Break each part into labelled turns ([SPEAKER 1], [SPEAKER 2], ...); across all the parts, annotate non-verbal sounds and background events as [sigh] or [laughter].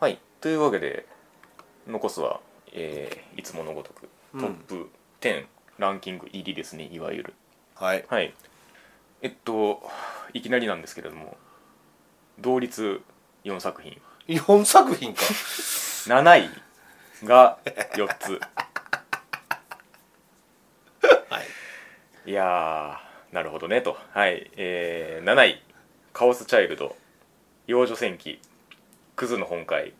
[SPEAKER 1] はいというわけで残すは、えーいつものごとく
[SPEAKER 2] う
[SPEAKER 1] ト
[SPEAKER 2] ん
[SPEAKER 1] ップ10、ランキング入りですねいわゆる
[SPEAKER 2] はい
[SPEAKER 1] はいえっといきなりなんですけれども同率4作品
[SPEAKER 2] 4作品か
[SPEAKER 1] 7位が4つ
[SPEAKER 2] [laughs] はい
[SPEAKER 1] いやーなるほどねとはいえー、7位カオスチャイルド幼女戦記クズの本会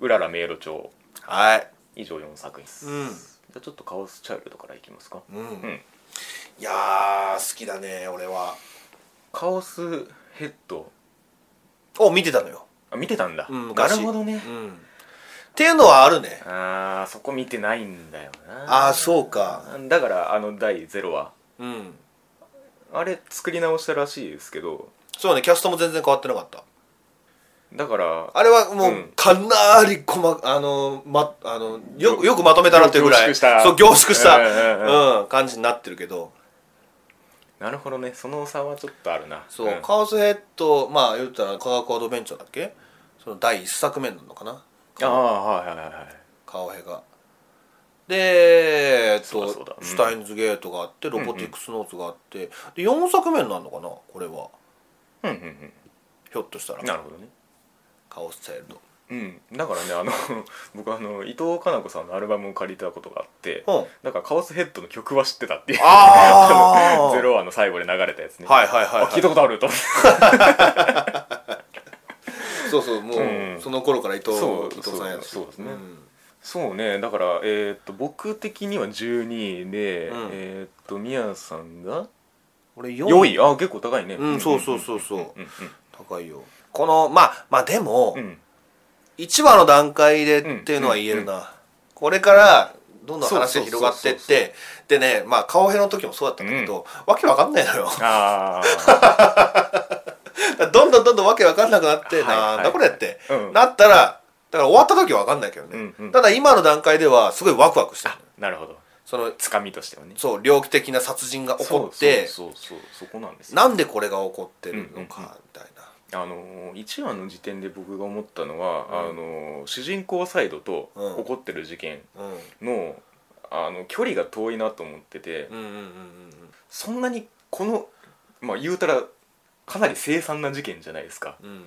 [SPEAKER 1] うらら迷路帳
[SPEAKER 2] はい
[SPEAKER 1] 以上4作品です、
[SPEAKER 2] うん
[SPEAKER 1] じゃあちょっとカオスチャイルドからいきますか
[SPEAKER 2] うん、
[SPEAKER 1] ん
[SPEAKER 2] いやー好きだね俺は
[SPEAKER 1] カオスヘッド
[SPEAKER 2] お見てたのよ、
[SPEAKER 1] あ見てたんだ、
[SPEAKER 2] うん、
[SPEAKER 1] な
[SPEAKER 2] 昔
[SPEAKER 1] るほどね、
[SPEAKER 2] うん、っていうのはあるね
[SPEAKER 1] あーそこ見てないんだよな
[SPEAKER 2] ああそうか
[SPEAKER 1] だからあの第0話
[SPEAKER 2] うん
[SPEAKER 1] あれ作り直したらしいですけど
[SPEAKER 2] そうねキャストも全然変わってなかった
[SPEAKER 1] だから
[SPEAKER 2] あれはも
[SPEAKER 1] う
[SPEAKER 2] うんかなり細かあのまあのよくよくまとめたなっていうぐらい
[SPEAKER 1] 凝縮した
[SPEAKER 2] そう凝縮した、
[SPEAKER 1] うんうんう
[SPEAKER 2] うん感じになってるけど
[SPEAKER 1] なるほどねその差はちょっとあるな
[SPEAKER 2] そう、
[SPEAKER 1] ん
[SPEAKER 2] カオスヘッドまあ言ったら科学アドベンチャーだっけその第一作目なのかな
[SPEAKER 1] ああはいはいはいはい
[SPEAKER 2] カオヘがでえっ
[SPEAKER 1] そうだそう
[SPEAKER 2] と
[SPEAKER 1] だうん
[SPEAKER 2] シュタインズゲートがあってロボティクスノーツがあって、で4作目になるのかなこれは
[SPEAKER 1] うんうん
[SPEAKER 2] ひょっとした
[SPEAKER 1] う
[SPEAKER 2] ら
[SPEAKER 1] んなるほどね
[SPEAKER 2] カオスチャイル
[SPEAKER 1] うんだからねあの [laughs] 僕あの伊藤かな子さんのアルバムを借りたことがあって
[SPEAKER 2] ドうん
[SPEAKER 1] だからカオスヘッドの曲は知ってたっていう
[SPEAKER 2] あー
[SPEAKER 1] のゼロ話の最後で流れたやつね
[SPEAKER 2] はいはいはい、
[SPEAKER 1] あ
[SPEAKER 2] は
[SPEAKER 1] 聞いたことあると思って
[SPEAKER 2] そうそうもう、
[SPEAKER 1] うん
[SPEAKER 2] その頃から伊藤
[SPEAKER 1] そう
[SPEAKER 2] 伊藤さんやつ
[SPEAKER 1] そうそうですね
[SPEAKER 2] ん
[SPEAKER 1] そうねだから、えーっと僕的には12位で、
[SPEAKER 2] うん
[SPEAKER 1] えーっと宮ヤさんが
[SPEAKER 2] 俺
[SPEAKER 1] 4
[SPEAKER 2] 4位
[SPEAKER 1] 位あ結構高いね
[SPEAKER 2] うんそうそうそうそう
[SPEAKER 1] うんうん
[SPEAKER 2] 高いよこのまあまあでも、
[SPEAKER 1] うんうん
[SPEAKER 2] 一話の段階でっていうのは言えるな、これからどんどん話が広がって
[SPEAKER 1] そうそう
[SPEAKER 2] っ
[SPEAKER 1] そう
[SPEAKER 2] てでねまあ顔ヘの時もそうだったんだけど、わけわかんないのよ [laughs]
[SPEAKER 1] あ
[SPEAKER 2] どんどんどんどんわけわかんなくなって、
[SPEAKER 1] はいはい
[SPEAKER 2] なんだこれって、
[SPEAKER 1] あ、うん、
[SPEAKER 2] [laughs] なったらだから終わった時はわかんないけどね、
[SPEAKER 1] うんうん
[SPEAKER 2] ただ今の段階ではすごいワクワクしてる
[SPEAKER 1] あなるほど
[SPEAKER 2] その
[SPEAKER 1] つかみとしてはね
[SPEAKER 2] そう猟奇的な殺人が起こって
[SPEAKER 1] そうそうそうそこなんですよ
[SPEAKER 2] なんでこれが起こってるのかみたいな、
[SPEAKER 1] あのー、1話の時点で僕が思ったのは、
[SPEAKER 2] うん
[SPEAKER 1] あのー主人公サイドと
[SPEAKER 2] うん
[SPEAKER 1] 起こってる事件
[SPEAKER 2] うん、うん
[SPEAKER 1] の,、あの距離が遠いなと思ってて、
[SPEAKER 2] うんうんうん
[SPEAKER 1] そんなにこの、まあ、言うたらかなり凄惨な事件じゃないですか
[SPEAKER 2] うんうん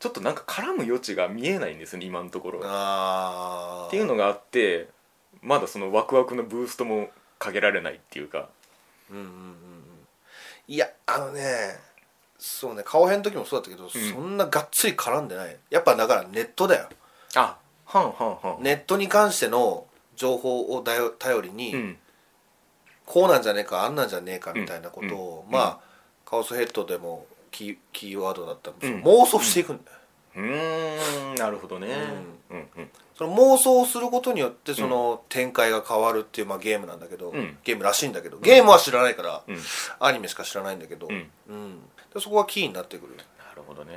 [SPEAKER 1] ちょっとなんか絡む余地が見えないんですよね今のところ。っ
[SPEAKER 2] ああ
[SPEAKER 1] ていうのがあってまだそのワクワクのブーストもかけられないっていうか
[SPEAKER 2] うんうんうんうんいやあのねそうね顔編の時もそうだったけど、そんながっつり絡んでないやっぱだからネットだよ
[SPEAKER 1] あはんはんはん、
[SPEAKER 2] ネットに関しての情報をだよ頼りに、
[SPEAKER 1] うん
[SPEAKER 2] こうなんじゃねえかあんなんじゃねえかみたいなことを、
[SPEAKER 1] うん
[SPEAKER 2] まあ、カオスヘッドでもキーキーワードだったんですけど、
[SPEAKER 1] う
[SPEAKER 2] 妄想していくんだよ、
[SPEAKER 1] うーんなるほどね、うんうん
[SPEAKER 2] その妄想をすることによってその展開が変わるっていう、まあ、ゲームなんだけど、
[SPEAKER 1] うん
[SPEAKER 2] ゲームらしいんだけどゲームは知らないから、
[SPEAKER 1] うん
[SPEAKER 2] アニメしか知らないんだけど、
[SPEAKER 1] うん
[SPEAKER 2] うんでそこがキーになってくる
[SPEAKER 1] なるほどね、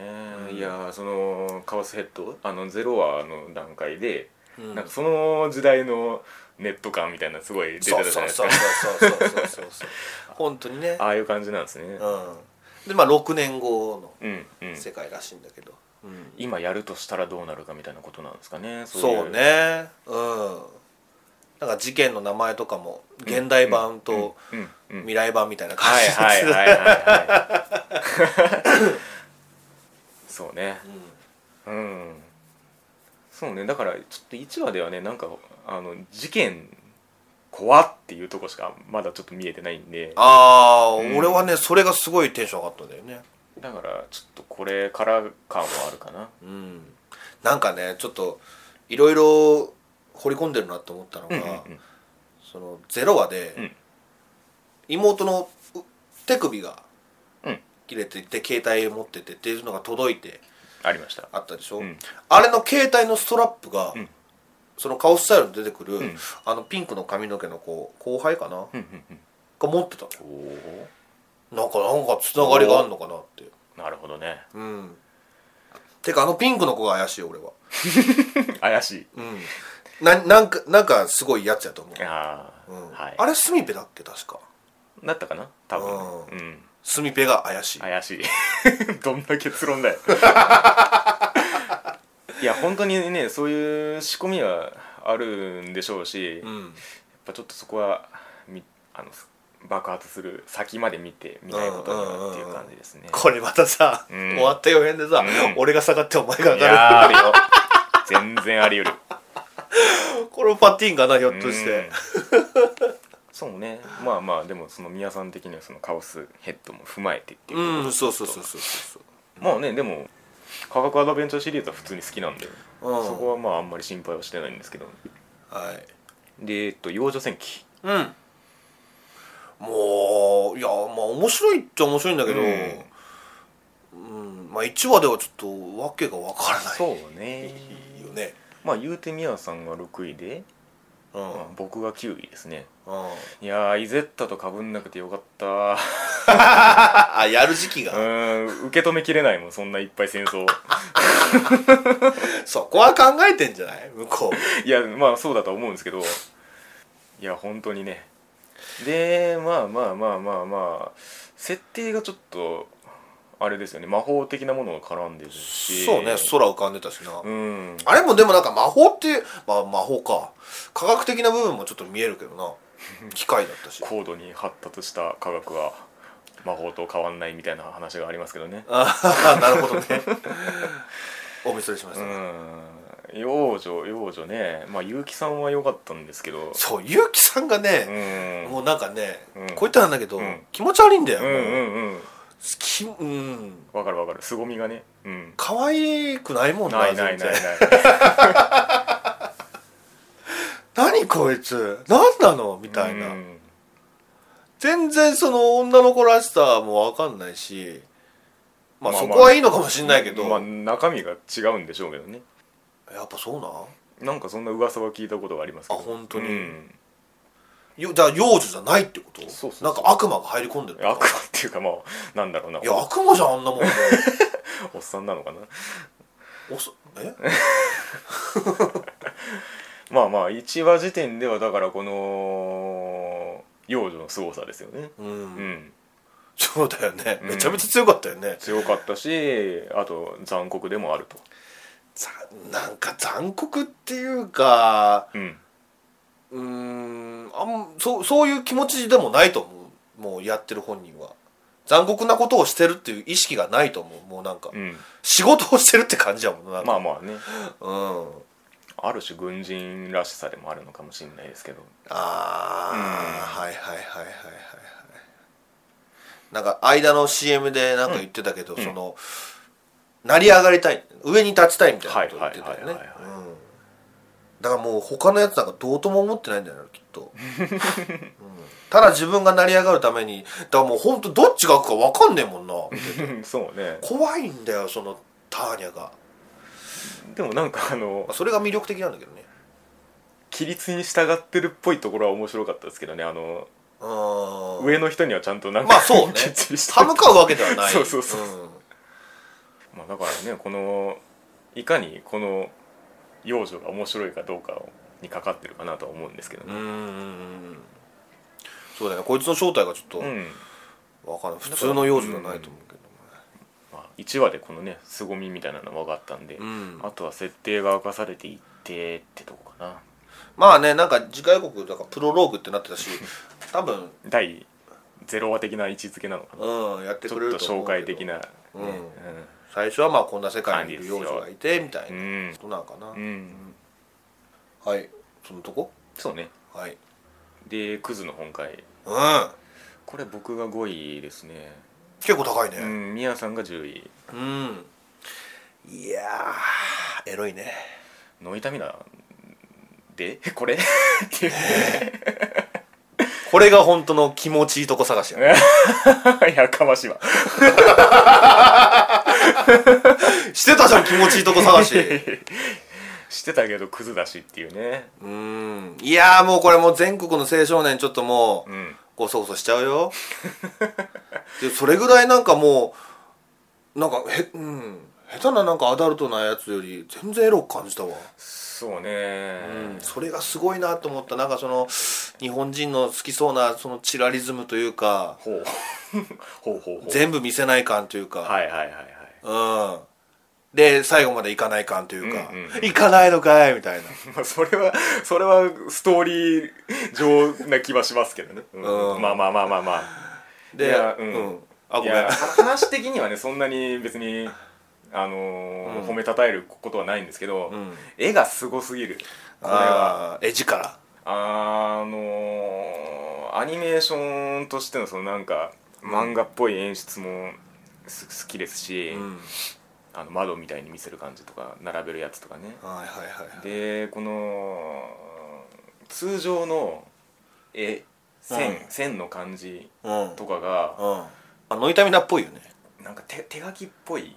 [SPEAKER 2] うん
[SPEAKER 1] いやーそのカオスヘッドあのゼロ話の段階で、
[SPEAKER 2] うん
[SPEAKER 1] なんかその時代のネット感みたいなのすごい出て
[SPEAKER 2] そ
[SPEAKER 1] た
[SPEAKER 2] う
[SPEAKER 1] じゃ
[SPEAKER 2] そ
[SPEAKER 1] ないうです
[SPEAKER 2] そ
[SPEAKER 1] か
[SPEAKER 2] うそうそうそうそうそう本当にね
[SPEAKER 1] ああいう感じなんですね
[SPEAKER 2] うんでまあ6年後
[SPEAKER 1] うんうん、
[SPEAKER 2] の世界らしいんだけど、うん
[SPEAKER 1] 今やるとしたらどうなるかみたいなことなんですかねい
[SPEAKER 2] そうねうんなんか事件の名前とかも現代版と
[SPEAKER 1] うんうん
[SPEAKER 2] 未来版みたいな感
[SPEAKER 1] はい
[SPEAKER 2] じ
[SPEAKER 1] はいはいはいはい
[SPEAKER 2] [laughs]
[SPEAKER 1] そうねうんそうねだからちょっと1話ではねなんかあの事件怖っていうとこしかまだちょっと見えてないんで
[SPEAKER 2] ああー
[SPEAKER 1] うん
[SPEAKER 2] 俺はねそれがすごいテンション上がったんだよね
[SPEAKER 1] だからちょっとこれから感はあるかな
[SPEAKER 2] うんなんかねちょっといろいろ掘り込んでるなと思ったのが、
[SPEAKER 1] うんうん
[SPEAKER 2] そのゼロ話で、
[SPEAKER 1] うん
[SPEAKER 2] 妹のう手首が
[SPEAKER 1] うん
[SPEAKER 2] 切れてて携帯持っててっていうのが届いて
[SPEAKER 1] ありました
[SPEAKER 2] あったでしょ、
[SPEAKER 1] うん
[SPEAKER 2] あれの携帯のストラップが、
[SPEAKER 1] ん
[SPEAKER 2] そのカオスタイルに出てくる、
[SPEAKER 1] ん
[SPEAKER 2] あのピンクの髪の毛の子後輩かな、
[SPEAKER 1] うんうんうん
[SPEAKER 2] が持ってた
[SPEAKER 1] おお
[SPEAKER 2] のなんかなんかつながりがあるのかなって
[SPEAKER 1] なるほどね
[SPEAKER 2] うんてかあのピンクの子が怪しい俺は
[SPEAKER 1] 怪しい
[SPEAKER 2] うんななんかなんかすごいやつやと思う、
[SPEAKER 1] ああ、
[SPEAKER 2] うん
[SPEAKER 1] はい
[SPEAKER 2] あれスミペだっけ確か
[SPEAKER 1] なったかな多分、うん
[SPEAKER 2] スミペが怪しい
[SPEAKER 1] [laughs]
[SPEAKER 2] [laughs]
[SPEAKER 1] 怪しいどんな結論だよいや本当にねそういう仕込みはあるんでしょうし、やっぱちょっとそこはみあの爆発する先まで見てみたいことだなっていう感じですね。
[SPEAKER 2] これまたさ、
[SPEAKER 1] うん
[SPEAKER 2] 終わった予編でさ、
[SPEAKER 1] うん
[SPEAKER 2] 俺が下がってお前が上
[SPEAKER 1] い
[SPEAKER 2] が
[SPEAKER 1] やーあるよ全然あり得る。
[SPEAKER 2] るこれパティーンかなひょっとして、
[SPEAKER 1] うんそうねまあまあでもその宮さん的にはそのカオスヘッドも踏まえてっていうこと
[SPEAKER 2] うんそうそうそうそうそう
[SPEAKER 1] まあねでも科学アドベンチャーシリーズは普通に好きなんで、
[SPEAKER 2] うん
[SPEAKER 1] そこはまああんまり心配はしてないんですけど
[SPEAKER 2] はい
[SPEAKER 1] でえっと幼女戦記
[SPEAKER 2] うんもういやまあ面白いっちゃ面白いんだけど、うんまあ1話ではちょっとわけがわからない
[SPEAKER 1] そうね
[SPEAKER 2] よね
[SPEAKER 1] まあ言うて宮さんが6位で、
[SPEAKER 2] うん、う
[SPEAKER 1] まあ僕が9位ですね
[SPEAKER 2] ん、
[SPEAKER 1] いやーイゼッタとかぶんなくてよかった
[SPEAKER 2] あやる時期
[SPEAKER 1] [laughs] う
[SPEAKER 2] が、
[SPEAKER 1] ーん受け止めきれないもんそんないっぱい戦争
[SPEAKER 2] そこは考えてんじゃない向こう
[SPEAKER 1] いやまあそうだとは思うんですけどいや本当にねでまあまあまあまあまあ設定がちょっとあれですよね魔法的なものが絡んでるし
[SPEAKER 2] そうね空浮かんでたしな、
[SPEAKER 1] うん
[SPEAKER 2] あれもでもなんか魔法って、まあ、魔法か科学的な部分もちょっと見えるけどな機械だったし
[SPEAKER 1] 高度に発達した科学は魔法と変わんないみたいな話がありますけどね
[SPEAKER 2] [laughs] ああなるほどねお見それしま
[SPEAKER 1] う
[SPEAKER 2] した、
[SPEAKER 1] ん幼女幼女ねまあ結城さんは良かったんですけど
[SPEAKER 2] そうゆうきさんが
[SPEAKER 1] う
[SPEAKER 2] ね、
[SPEAKER 1] ん
[SPEAKER 2] もうなんかね、
[SPEAKER 1] うん
[SPEAKER 2] こういったらなんだけど、
[SPEAKER 1] うん
[SPEAKER 2] 気持ち悪いんだよ、
[SPEAKER 1] うんうんうん
[SPEAKER 2] きうん
[SPEAKER 1] わかるわかる凄みがねうん
[SPEAKER 2] 可愛くないもん
[SPEAKER 1] ないないない
[SPEAKER 2] 全
[SPEAKER 1] ない
[SPEAKER 2] 然何こいつ何なのみたいな、
[SPEAKER 1] うん
[SPEAKER 2] 全然その女の子らしさもわかんないしまあ
[SPEAKER 1] まあ
[SPEAKER 2] そ
[SPEAKER 1] まあ
[SPEAKER 2] こはいいのかもしれないけど、
[SPEAKER 1] まあ、中身が違うんでしょうけどね
[SPEAKER 2] やっぱそうなん
[SPEAKER 1] なんかそんな噂は聞いたことがありますけど
[SPEAKER 2] あ本当に
[SPEAKER 1] うん
[SPEAKER 2] よだから幼女じゃないってこと
[SPEAKER 1] そうそうそう
[SPEAKER 2] なんか悪魔が入り込んでる
[SPEAKER 1] 悪魔っていうかまあなんだろうない
[SPEAKER 2] や悪魔じゃんあんな [laughs] もんね
[SPEAKER 1] おっさんなのかな
[SPEAKER 2] おそえ
[SPEAKER 1] まあまあ1話時点ではだからこの幼女の凄さですよね
[SPEAKER 2] う、
[SPEAKER 1] うんん
[SPEAKER 2] そうだよね
[SPEAKER 1] うん
[SPEAKER 2] めちゃめちゃ強かったよね、
[SPEAKER 1] 強かったしあと残酷でもあると
[SPEAKER 2] ざなんか残酷っていうか
[SPEAKER 1] うん
[SPEAKER 2] うーんあんそうそういう気持ちでもないと思うもうやってる本人は残酷なことをしてるっていう意識がないと思うもうなんか、
[SPEAKER 1] うん
[SPEAKER 2] 仕事をしてるって感じやもんな
[SPEAKER 1] まあまあね
[SPEAKER 2] あうん
[SPEAKER 1] ある種軍人らしさでもあるのかもしれないですけ [laughs] ど
[SPEAKER 2] ああ、はいはいはいはいはいはいなんか間の CM でなんか言ってたけど、
[SPEAKER 1] ん
[SPEAKER 2] その成り上がりたい上に立ちたいみたいなこと言
[SPEAKER 1] は
[SPEAKER 2] っ
[SPEAKER 1] い
[SPEAKER 2] てた
[SPEAKER 1] は
[SPEAKER 2] よね
[SPEAKER 1] いはいはいは
[SPEAKER 2] うんだからもう他のやつなんかどうとも思ってないんだよなきっと、うんただ自分が成り上がるためにだからもう本当どっちが悪か分かんねえもんな
[SPEAKER 1] そうね
[SPEAKER 2] 怖いんだよそのターニャが、
[SPEAKER 1] でもなんかあの
[SPEAKER 2] まあそれが魅力的なんだけどね
[SPEAKER 1] 規律に従ってるっぽいところは面白かったですけどねあの
[SPEAKER 2] うん
[SPEAKER 1] 上の人にはちゃんとなんか、
[SPEAKER 2] まあそ
[SPEAKER 1] [laughs]
[SPEAKER 2] うね
[SPEAKER 1] きっちりした
[SPEAKER 2] 歯向かうわけではな
[SPEAKER 1] [laughs]
[SPEAKER 2] い
[SPEAKER 1] そうそうそうそ
[SPEAKER 2] ん
[SPEAKER 1] まあ、だからねこのいかにこの幼女が面白いかどうかにかかってるかなとは思うんですけど
[SPEAKER 2] う
[SPEAKER 1] ね、
[SPEAKER 2] んうんうんうんそうだよねこいつの正体がちょっ
[SPEAKER 1] うん
[SPEAKER 2] とわかんない普通の幼女じゃないと思うけ
[SPEAKER 1] まあ、1話でこのね凄みみたいなの分かったんで、
[SPEAKER 2] ど、うん
[SPEAKER 1] あとは設定が明かされていってってとこかな
[SPEAKER 2] まあねなんか次回予告だからプロローグってなって
[SPEAKER 1] [laughs]
[SPEAKER 2] たし多分
[SPEAKER 1] 第0話的な位置づけなのかな
[SPEAKER 2] うんやって
[SPEAKER 1] ち
[SPEAKER 2] く
[SPEAKER 1] ょ
[SPEAKER 2] れ
[SPEAKER 1] っ
[SPEAKER 2] る
[SPEAKER 1] と
[SPEAKER 2] と思
[SPEAKER 1] 紹
[SPEAKER 2] うけ
[SPEAKER 1] 介
[SPEAKER 2] ど
[SPEAKER 1] 的な、ね
[SPEAKER 2] うん最初はまあこんな世界にいる幼
[SPEAKER 1] 感じですよ
[SPEAKER 2] 女がいてみたい
[SPEAKER 1] うん
[SPEAKER 2] なことなのかな、
[SPEAKER 1] うんうん
[SPEAKER 2] はいそのとこ
[SPEAKER 1] そうね
[SPEAKER 2] はい
[SPEAKER 1] でクズの本会
[SPEAKER 2] うん
[SPEAKER 1] これ僕が5位ですね
[SPEAKER 2] 結構高いね
[SPEAKER 1] うんミヤさんが10位
[SPEAKER 2] うん、いやーエロいね
[SPEAKER 1] の痛みなんで [laughs] これっていう
[SPEAKER 2] これが本当の気持ちいいとこ探しやね
[SPEAKER 1] やかましいわ
[SPEAKER 2] してたじゃん気持ちいいとこ
[SPEAKER 1] [laughs]
[SPEAKER 2] 探し
[SPEAKER 1] [laughs] してたけどクズだしっていうね
[SPEAKER 2] うーんいやーもうこれもう全国の青少年ちょっともう
[SPEAKER 1] うん
[SPEAKER 2] ごそごそしちゃ
[SPEAKER 1] [laughs]
[SPEAKER 2] うよでそれぐらいなんかもうなんかへうん下手ななんかアダルトなやつより全然エロく感じたわ、
[SPEAKER 1] そうね
[SPEAKER 2] うん、それがすごいなと思ったなんかその日本人の好きそうなそのチラリズムというか
[SPEAKER 1] ほう [laughs] ほうほうほう
[SPEAKER 2] 全部見せない感というか、
[SPEAKER 1] はいはいはいはい [laughs]
[SPEAKER 2] うんで最後まで行かないかんというか、
[SPEAKER 1] うんうんうん
[SPEAKER 2] 行かないのかいみたいな
[SPEAKER 1] まあそれはそれはストーリー上な気はしますけどね、うん
[SPEAKER 2] うん
[SPEAKER 1] まあまあまあまあまあい
[SPEAKER 2] で
[SPEAKER 1] やうん
[SPEAKER 2] あご
[SPEAKER 1] い
[SPEAKER 2] めん
[SPEAKER 1] や話的にはねそんなに別にあのー
[SPEAKER 2] うん
[SPEAKER 1] 褒めたたえることはないんですけど、
[SPEAKER 2] うん
[SPEAKER 1] 絵がすごすぎるこれは
[SPEAKER 2] あー絵力
[SPEAKER 1] あのーアニメーションとしてのそのなんか漫画っぽい演出もす好きですし、
[SPEAKER 2] うん
[SPEAKER 1] あの窓みたいに見せる感じとか並べるやつとかね
[SPEAKER 2] はいはいはい
[SPEAKER 1] でこの通常の絵線,、
[SPEAKER 2] うん
[SPEAKER 1] 線の感じ
[SPEAKER 2] うん
[SPEAKER 1] とかが
[SPEAKER 2] うんあノイタミナっぽいよね
[SPEAKER 1] なんか手手書きっぽい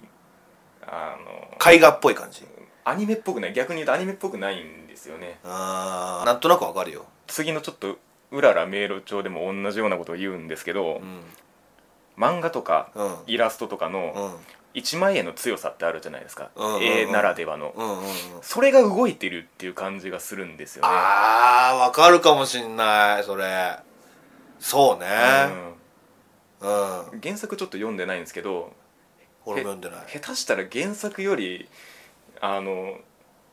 [SPEAKER 1] あの
[SPEAKER 2] 絵画っぽい感じ
[SPEAKER 1] アニメっぽくない逆に言うとアニメっぽくないんですよね
[SPEAKER 2] あーなんとなくわかるよ
[SPEAKER 1] 次のちょっとうらら迷路帳でも同じようなことを言うんですけど
[SPEAKER 2] う、ん
[SPEAKER 1] 漫画とか
[SPEAKER 2] うん
[SPEAKER 1] イラストとか
[SPEAKER 2] う
[SPEAKER 1] の
[SPEAKER 2] ん
[SPEAKER 1] 一枚絵の強さってあるじゃないですか、
[SPEAKER 2] うんうんうん
[SPEAKER 1] 絵ならではの、
[SPEAKER 2] うんうんうん
[SPEAKER 1] それが動いてるっていう感じがするんですよね
[SPEAKER 2] あーわかるかもしんないそれそうね
[SPEAKER 1] うん
[SPEAKER 2] うん、
[SPEAKER 1] 原作ちょっと読んでないんですけど
[SPEAKER 2] 俺も読んでない
[SPEAKER 1] へ下手したら原作よりあの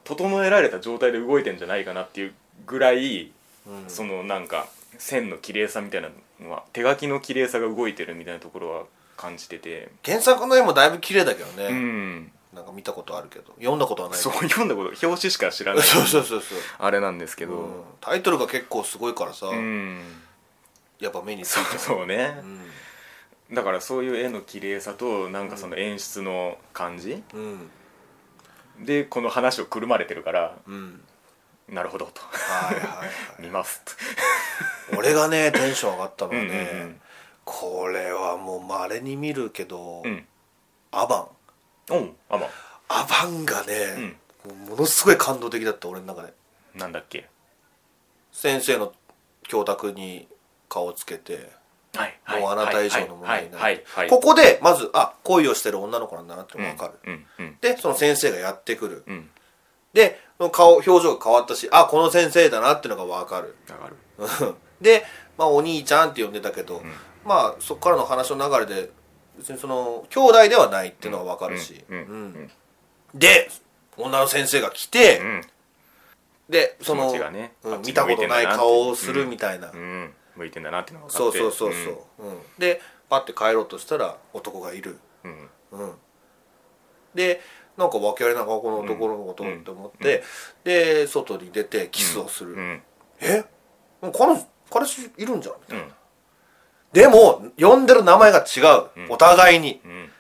[SPEAKER 1] 整えられた状態で動いてんじゃないかなっていうぐらい、
[SPEAKER 2] うん
[SPEAKER 1] そのなんか線の綺麗さみたいなのは手書きの綺麗さが動いてるみたいなところは感じてて
[SPEAKER 2] 原作の絵もだいぶ綺麗だけどね、
[SPEAKER 1] うん
[SPEAKER 2] なんか見たことあるけど読んだことはない
[SPEAKER 1] [laughs]
[SPEAKER 2] け
[SPEAKER 1] そ
[SPEAKER 2] ど
[SPEAKER 1] う読んだこと表紙しか知
[SPEAKER 2] [laughs]
[SPEAKER 1] らない
[SPEAKER 2] そうそうそうそう
[SPEAKER 1] あれなんですけど、
[SPEAKER 2] うんタイトルが結構すごいからさ、
[SPEAKER 1] うん
[SPEAKER 2] やっぱ目につい
[SPEAKER 1] そうそうね
[SPEAKER 2] う、ん
[SPEAKER 1] だからそういう絵の綺麗さとなんかその演出の感じ、
[SPEAKER 2] うん
[SPEAKER 1] でこの話をくるまれてるから
[SPEAKER 2] うん
[SPEAKER 1] なるほどと [laughs]
[SPEAKER 2] はいはいはい
[SPEAKER 1] 見ますと
[SPEAKER 2] 俺がねテンション上がったのはね
[SPEAKER 1] うんうんうん
[SPEAKER 2] これはもうまれに見るけど、
[SPEAKER 1] うん
[SPEAKER 2] アバン
[SPEAKER 1] うんあまあ
[SPEAKER 2] アバンがね、もうものすごい感動的だった俺の中で
[SPEAKER 1] なんだっけ
[SPEAKER 2] 先生の教託に顔をつけて、
[SPEAKER 1] はい
[SPEAKER 2] もうあなた以上のものに
[SPEAKER 1] はい
[SPEAKER 2] なる、
[SPEAKER 1] はいはい
[SPEAKER 2] ここでまずあ恋をしてる女の子なんだなってのが分かる、
[SPEAKER 1] うんうん
[SPEAKER 2] でその先生がやってくる、
[SPEAKER 1] うんうん
[SPEAKER 2] でその顔表情が変わったしあこの先生だなってのが分かる
[SPEAKER 1] 上がる
[SPEAKER 2] うんで、まあ、お兄ちゃんって呼んでたけど、まあそこからの話の流れで別にその兄弟ではないっていうのは分かるし、
[SPEAKER 1] うんうんう
[SPEAKER 2] で女の先生が来て、
[SPEAKER 1] うん
[SPEAKER 2] でその
[SPEAKER 1] 気持ちがね
[SPEAKER 2] うん
[SPEAKER 1] あっち
[SPEAKER 2] 見たことない顔をする
[SPEAKER 1] 向い
[SPEAKER 2] みたいな、
[SPEAKER 1] うん向いてんだなってのが分か
[SPEAKER 2] そ
[SPEAKER 1] っ
[SPEAKER 2] う
[SPEAKER 1] て
[SPEAKER 2] そうそうそう、うんでパッて帰ろうとしたら男がいる、
[SPEAKER 1] うんうん
[SPEAKER 2] うん、でなんか訳ありな顔この男の子とって思って、で外に出てキスをする、
[SPEAKER 1] うん
[SPEAKER 2] えもう彼女彼氏いるんじゃんみた
[SPEAKER 1] う
[SPEAKER 2] いな、
[SPEAKER 1] ん
[SPEAKER 2] でも呼んでる名前が違う、
[SPEAKER 1] うん
[SPEAKER 2] お互いに
[SPEAKER 1] うん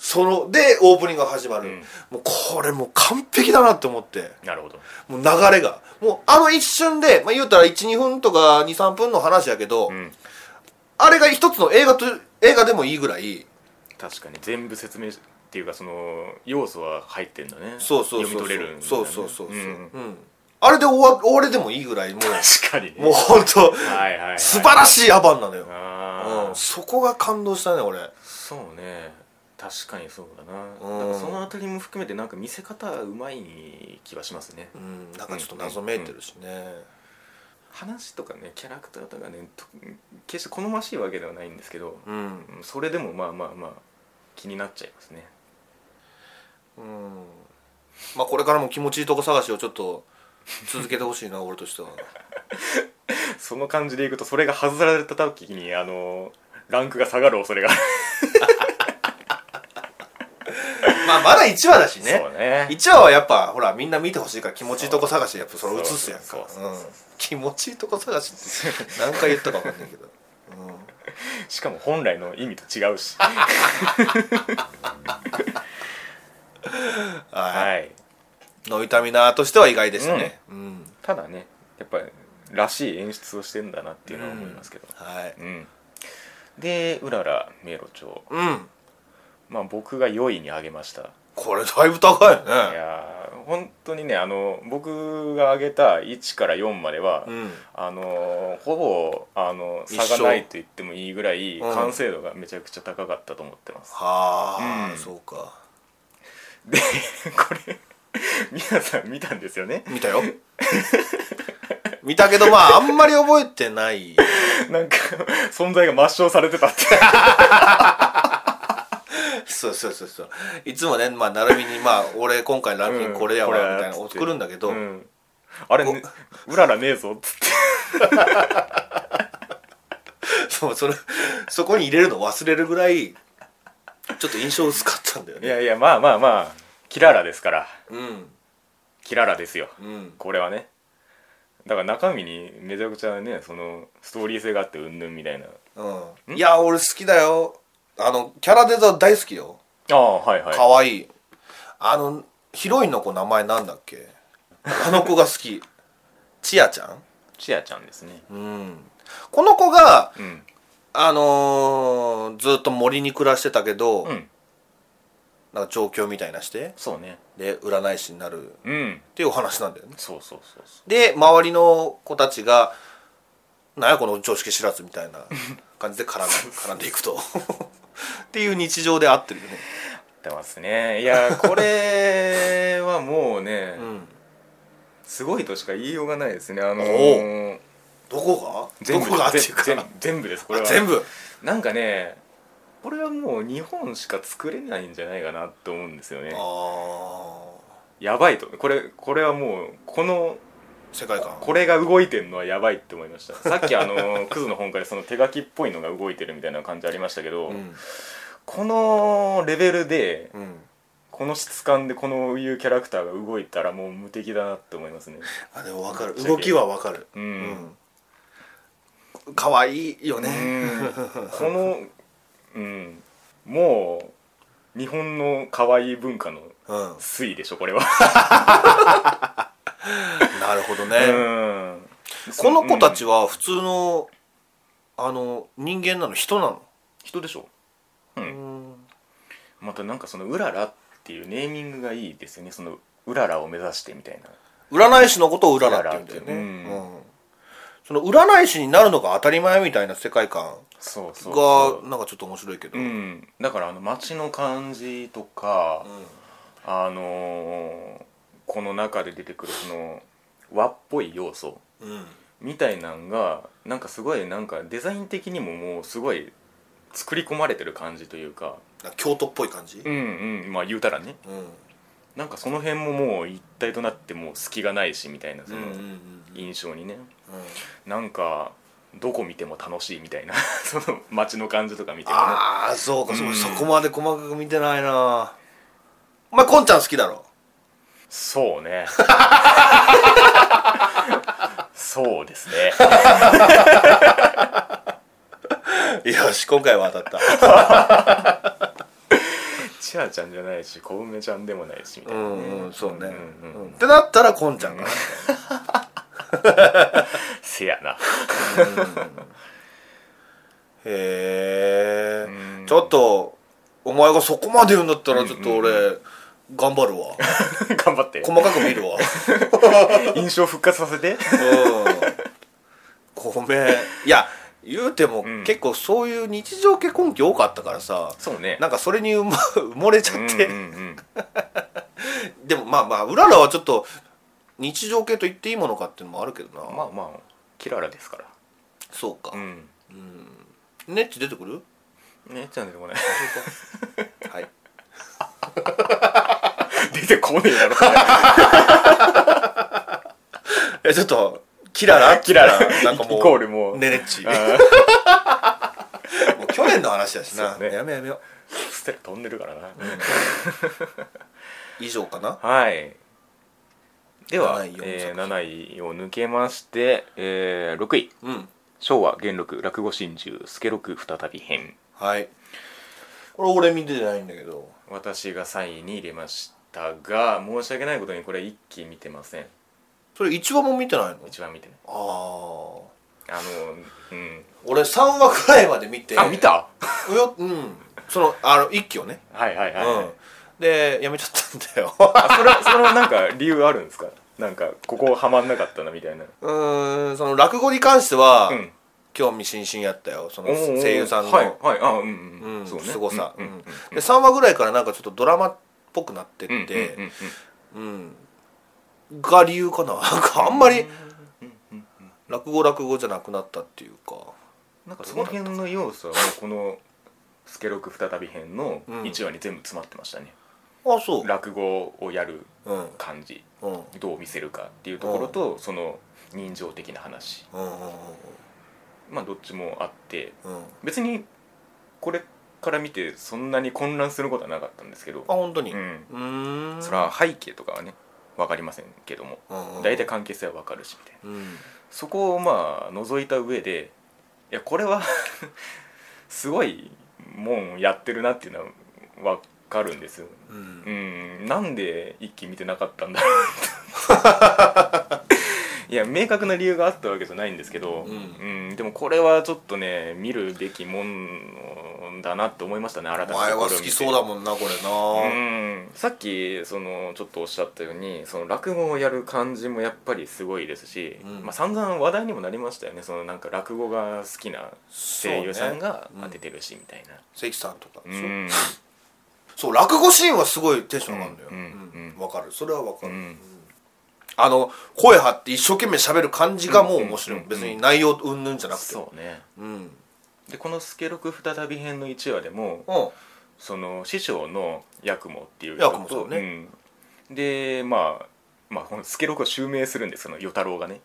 [SPEAKER 2] そのでオープニングが始まる、
[SPEAKER 1] うん
[SPEAKER 2] もうこれもう完璧だなって思って
[SPEAKER 1] なるほど
[SPEAKER 2] もう流れがもうあの一瞬で、まあ、言うたら12分とか23分の話やけど、
[SPEAKER 1] うん
[SPEAKER 2] あれが一つの映画と映画でもいいぐらい
[SPEAKER 1] 確かに全部説明しっていうかその要素は入ってんだね
[SPEAKER 2] そうそうそう
[SPEAKER 1] 読み取れるんだね
[SPEAKER 2] そうそうそうそう、うん
[SPEAKER 1] ん
[SPEAKER 2] あれで終わ終わりでもいいぐらいもう
[SPEAKER 1] 確かにね
[SPEAKER 2] もうほんと
[SPEAKER 1] はいはいはい
[SPEAKER 2] 素晴らしいアバンなのよ、
[SPEAKER 1] あ
[SPEAKER 2] う
[SPEAKER 1] あ
[SPEAKER 2] ん、そこが感動したね俺
[SPEAKER 1] そうね確かにそうだなだ
[SPEAKER 2] うん
[SPEAKER 1] からそのあたりも含めてなんか見せ方うまい気はしますね
[SPEAKER 2] うんなんかちょっと謎めいてるしね、
[SPEAKER 1] 話とかねキャラクターとかねと決して好ましいわけではないんですけど、
[SPEAKER 2] うん、
[SPEAKER 1] うんそれでもまあまあまあ気になっちゃいますね
[SPEAKER 2] うん、まあこれからも気持ちいいとこ探しをちょっと続けてほしいな [laughs] 俺としては
[SPEAKER 1] その感じでいくとそれが外された時にあのランクが下がる恐れがある
[SPEAKER 2] まあまだ1話だしね
[SPEAKER 1] そうね
[SPEAKER 2] 1話はやっぱほらみんな見てほしいから気持ちいいとこ探しやっぱそれ映すやんか
[SPEAKER 1] そうそうそうそう
[SPEAKER 2] うん気持ちいいとこ探しって何回言ったか分かんないけど、うん
[SPEAKER 1] しかも本来の意味と違うし
[SPEAKER 2] は
[SPEAKER 1] [laughs] はい
[SPEAKER 2] いの痛みなとしては意外でしたねうん、
[SPEAKER 1] ただねやっぱりらしい演出をしてんだなっていうのは思いますけど、
[SPEAKER 2] はい
[SPEAKER 1] うん、でうらら迷路長
[SPEAKER 2] うん
[SPEAKER 1] まあ僕が4位に挙げました
[SPEAKER 2] これだいぶ高いよ
[SPEAKER 1] い
[SPEAKER 2] ね
[SPEAKER 1] やー本当にねあの僕が挙げた1から4までは、
[SPEAKER 2] うん
[SPEAKER 1] あのーほぼあの
[SPEAKER 2] 一緒
[SPEAKER 1] 差がないと言ってもいいぐらい
[SPEAKER 2] うん
[SPEAKER 1] 完成度がめちゃくちゃ高かったと思ってます、
[SPEAKER 2] はあ、
[SPEAKER 1] うん
[SPEAKER 2] そうか
[SPEAKER 1] でこれ皆さん見たんですよね
[SPEAKER 2] 見たよ見たけどまああんまり覚えてない
[SPEAKER 1] なんか存在が抹消されてたって
[SPEAKER 2] そうそうそうそういつもねまあ並びにまあ俺今回ランキングこれやわ
[SPEAKER 1] うん
[SPEAKER 2] みたいな
[SPEAKER 1] これや
[SPEAKER 2] の
[SPEAKER 1] っつって
[SPEAKER 2] 送るんだけど、
[SPEAKER 1] うん、あれ、ね、うららねえぞっつって
[SPEAKER 2] そうそれそこに入れるの忘れるぐらいちょっと印象薄かったんだよ
[SPEAKER 1] い
[SPEAKER 2] ね
[SPEAKER 1] やいやまあまあまあキララですから
[SPEAKER 2] うん
[SPEAKER 1] キララですよ
[SPEAKER 2] うん
[SPEAKER 1] これはねだから中身にめちゃくちゃねそのストーリー性があってうんぬんみたいな
[SPEAKER 2] うんいや俺好きだよあのキャラデザ大好きよ
[SPEAKER 1] ああはいはい
[SPEAKER 2] 可愛いいあのヒロインの子名前なんだっけあの子が好
[SPEAKER 1] [laughs]
[SPEAKER 2] きチアちゃ
[SPEAKER 1] チアちゃんですね
[SPEAKER 2] んうんこの子が
[SPEAKER 1] うん
[SPEAKER 2] あのーずっと森に暮らしてたけど、
[SPEAKER 1] うん
[SPEAKER 2] なんか上京みたいなして
[SPEAKER 1] そうね
[SPEAKER 2] で占い師になるっ
[SPEAKER 1] うん
[SPEAKER 2] ていうお話なんだよね
[SPEAKER 1] そうそうそうそ
[SPEAKER 2] で周りの子たちが「なんやこの常識知らず」みたい
[SPEAKER 1] [laughs]
[SPEAKER 2] な感じで絡んで絡んでいくと [laughs] っていう日常で合ってるよね、
[SPEAKER 1] うやってますねいや [laughs] これはもうね、
[SPEAKER 2] うん、
[SPEAKER 1] すごいとしか言いようがないですねあの
[SPEAKER 2] おどこが
[SPEAKER 1] 全
[SPEAKER 2] ど
[SPEAKER 1] 部
[SPEAKER 2] こがって
[SPEAKER 1] 全
[SPEAKER 2] いうか
[SPEAKER 1] 全全部ですこれは
[SPEAKER 2] 全部
[SPEAKER 1] なんかねこれはもう日本しか作れないんじゃないかなと思うんですよね
[SPEAKER 2] ああ
[SPEAKER 1] やばいとこれこれはもうこの
[SPEAKER 2] 世界観
[SPEAKER 1] これが動いてるのはやばいって思いま
[SPEAKER 2] [laughs]
[SPEAKER 1] したさっきあのクズの本からその手書きっぽいのが動いてるみたいな感じありましたけど、
[SPEAKER 2] うん、
[SPEAKER 1] このレベルで
[SPEAKER 2] うん、
[SPEAKER 1] この質感でこのいうキャラクターが動いたらもう無敵だなって思いますね
[SPEAKER 2] あでも分かる
[SPEAKER 1] ぶっちゃけ
[SPEAKER 2] 動きは分かる
[SPEAKER 1] う、
[SPEAKER 2] うん可愛いよ
[SPEAKER 1] う
[SPEAKER 2] ね、
[SPEAKER 1] [laughs] んこのうんもう日本の可愛い文化の
[SPEAKER 2] うん、
[SPEAKER 1] 推移でしょこれは、
[SPEAKER 2] なるほどね、
[SPEAKER 1] うん
[SPEAKER 2] この子た
[SPEAKER 1] うん
[SPEAKER 2] ちは普通の、あの人間なの人なの
[SPEAKER 1] 人でしょう
[SPEAKER 2] うん
[SPEAKER 1] またなんかそのうららっていうネーミングがいいですよねそのうららを目指してみたいな
[SPEAKER 2] 占い師のことを占ララって言うんだよね、
[SPEAKER 1] う
[SPEAKER 2] うんんその占い師になるのが当たり前みたいな世界観
[SPEAKER 1] そうそうそ
[SPEAKER 2] が
[SPEAKER 1] う
[SPEAKER 2] なんかちょっと面白いけど、
[SPEAKER 1] うん、だからあの街の感じとか、
[SPEAKER 2] うん
[SPEAKER 1] あのーこの中で出てくるその和っぽい要素
[SPEAKER 2] うん
[SPEAKER 1] みたいなんがなんかすごいなんかデザイン的にももうすごい作り込まれてる感じというか
[SPEAKER 2] 京都っぽい感じ、
[SPEAKER 1] うんうんまあ言うたらね
[SPEAKER 2] うん
[SPEAKER 1] なんかその辺ももう一体となってもう隙がないしみたいなそ
[SPEAKER 2] うん
[SPEAKER 1] の
[SPEAKER 2] うんうんうん
[SPEAKER 1] 印象にね、なんかどこ見ても楽しいみたいな [laughs] その街の感じとか見てもね
[SPEAKER 2] ああそうかそう、
[SPEAKER 1] うん
[SPEAKER 2] そこまで細かく見てないなお前こんちゃん好きだろ
[SPEAKER 1] そうねそうですね
[SPEAKER 2] よし今回は当たっ
[SPEAKER 1] チアちゃんじゃないし小梅ちゃんでもないしみ
[SPEAKER 2] た
[SPEAKER 1] た
[SPEAKER 2] う
[SPEAKER 1] いなね、
[SPEAKER 2] んうんそうね、
[SPEAKER 1] うんうん
[SPEAKER 2] うんってなったらこんちゃんが、
[SPEAKER 1] せや [laughs] な
[SPEAKER 2] へえ、
[SPEAKER 1] うん
[SPEAKER 2] ちょっとお前がそこまで言うんだったらちょっと俺
[SPEAKER 1] う
[SPEAKER 2] 頑張るわ
[SPEAKER 1] 頑張って
[SPEAKER 2] 細かく見るわ
[SPEAKER 1] 印象復活させて
[SPEAKER 2] うんごめんいや言うても
[SPEAKER 1] うん
[SPEAKER 2] 結構そういう日常系今期多かったからさ
[SPEAKER 1] そうね
[SPEAKER 2] なんかそれに埋ま埋もれ [laughs] ちゃって、
[SPEAKER 1] うんうんうん
[SPEAKER 2] でもまあまあうららはちょっと日常系と言っていいものかっていうのもあるけどな、
[SPEAKER 1] まあまあキララですから
[SPEAKER 2] そうか
[SPEAKER 1] う、ん
[SPEAKER 2] ネッチ出てくる
[SPEAKER 1] ねちゃん出てこない
[SPEAKER 2] はい
[SPEAKER 1] [laughs] 出てこねえだろ
[SPEAKER 2] えちょっとキラ
[SPEAKER 1] [laughs]
[SPEAKER 2] ラ
[SPEAKER 1] キララ
[SPEAKER 2] なんかもう
[SPEAKER 1] イコールもう
[SPEAKER 2] ねねっち [laughs] も
[SPEAKER 1] あ
[SPEAKER 2] う去年の話だしな、
[SPEAKER 1] そうね
[SPEAKER 2] やめやめよ
[SPEAKER 1] ーステラ飛んでるからな、
[SPEAKER 2] 以上かな
[SPEAKER 1] はい。では、
[SPEAKER 2] 7位4
[SPEAKER 1] えー
[SPEAKER 2] 作
[SPEAKER 1] 7位を抜けまして、えー6位、
[SPEAKER 2] うん
[SPEAKER 1] 昭和元禄落語心中、助六再び編。
[SPEAKER 2] はいこれ俺見てないんだけど
[SPEAKER 1] 私が3位に入れましたが、申し訳ないことにこれ1期見てません。
[SPEAKER 2] それ1話も見てないの
[SPEAKER 1] 一番見てない。
[SPEAKER 2] ああ
[SPEAKER 1] あの、うん。
[SPEAKER 2] 俺3話くらいまで見て
[SPEAKER 1] あ、見た
[SPEAKER 2] うようんそのあの一期をね、
[SPEAKER 1] はいはいはい。
[SPEAKER 2] うんでやめちゃったんだよ [laughs]
[SPEAKER 1] あそれは、それはなんか理由あるんですかなんか、ここはまんなかったなみたいな。
[SPEAKER 2] うーんその落語に関しては、
[SPEAKER 1] うん。
[SPEAKER 2] 興味津々やったよその
[SPEAKER 1] おーおー
[SPEAKER 2] 声優さんの、
[SPEAKER 1] はいはい。あ、うんう
[SPEAKER 2] うん
[SPEAKER 1] ん。そうね。
[SPEAKER 2] すごさ、
[SPEAKER 1] うんうんうん
[SPEAKER 2] で3話ぐらいからなんかちょっとドラマっぽくなって
[SPEAKER 1] うんうんうんうん
[SPEAKER 2] ってうん、が理由かななんかあんまり落語落語じゃなくなったっていうか
[SPEAKER 1] なんかその辺の要素はもうこの「スケロク再び編」の
[SPEAKER 2] うん
[SPEAKER 1] 1話に全部詰まってましたね、
[SPEAKER 2] あそう
[SPEAKER 1] 落語をやる
[SPEAKER 2] うんうん
[SPEAKER 1] 感じ
[SPEAKER 2] うん
[SPEAKER 1] どう見せるかっていうところと、その人情的な話
[SPEAKER 2] うんうん
[SPEAKER 1] まあどっちもあって
[SPEAKER 2] うんうんあ
[SPEAKER 1] 別にこれから見てそんなに混乱することはなかったんですけど
[SPEAKER 2] 本当に
[SPEAKER 1] う
[SPEAKER 2] うんーん
[SPEAKER 1] それは背景とかはね分かりませんけども
[SPEAKER 2] うんうん
[SPEAKER 1] 大体関係性は分かるしみたいな
[SPEAKER 2] うん
[SPEAKER 1] そこをまあ覗いた上でいやこれは [laughs] すごいもんやってるなっていうのは分かるんですよ
[SPEAKER 2] う
[SPEAKER 1] うんんなんで一気見てなかったんだろうって [laughs] いや明確な理由があったわけじゃないんですけど、
[SPEAKER 2] う
[SPEAKER 1] うんでもこれはちょっとね見るべきもんだなって思いましたね改め
[SPEAKER 2] お
[SPEAKER 1] て
[SPEAKER 2] 前は好きそうだもんなこれな
[SPEAKER 1] うんさっきそのちょっとおっしゃったようにその落語をやる感じもやっぱりすごいですし、
[SPEAKER 2] うん
[SPEAKER 1] まあ、散々話題にもなりましたよねそのなんか落語が好きな声優さんが
[SPEAKER 2] そうねう
[SPEAKER 1] 当
[SPEAKER 2] ん
[SPEAKER 1] ててるしみたいな。
[SPEAKER 2] 関さんとか
[SPEAKER 1] う
[SPEAKER 2] そうんそう落語シーンはすごいテンション上がるんだよ
[SPEAKER 1] うん
[SPEAKER 2] うん
[SPEAKER 1] うん
[SPEAKER 2] わかるそれはわかる
[SPEAKER 1] うん
[SPEAKER 2] うんあの声張って一生懸命喋る感じがもう面白
[SPEAKER 1] う
[SPEAKER 2] い
[SPEAKER 1] んうん
[SPEAKER 2] 別に内容云々じゃなくて
[SPEAKER 1] そうね
[SPEAKER 2] うん
[SPEAKER 1] でこの「スケロク再び編」の1話でも
[SPEAKER 2] うん
[SPEAKER 1] その師匠の八雲っていう人
[SPEAKER 2] 八雲さ
[SPEAKER 1] と、
[SPEAKER 2] んね
[SPEAKER 1] うんでまあまあ、このスケロクを襲名するんですよその与太郎がね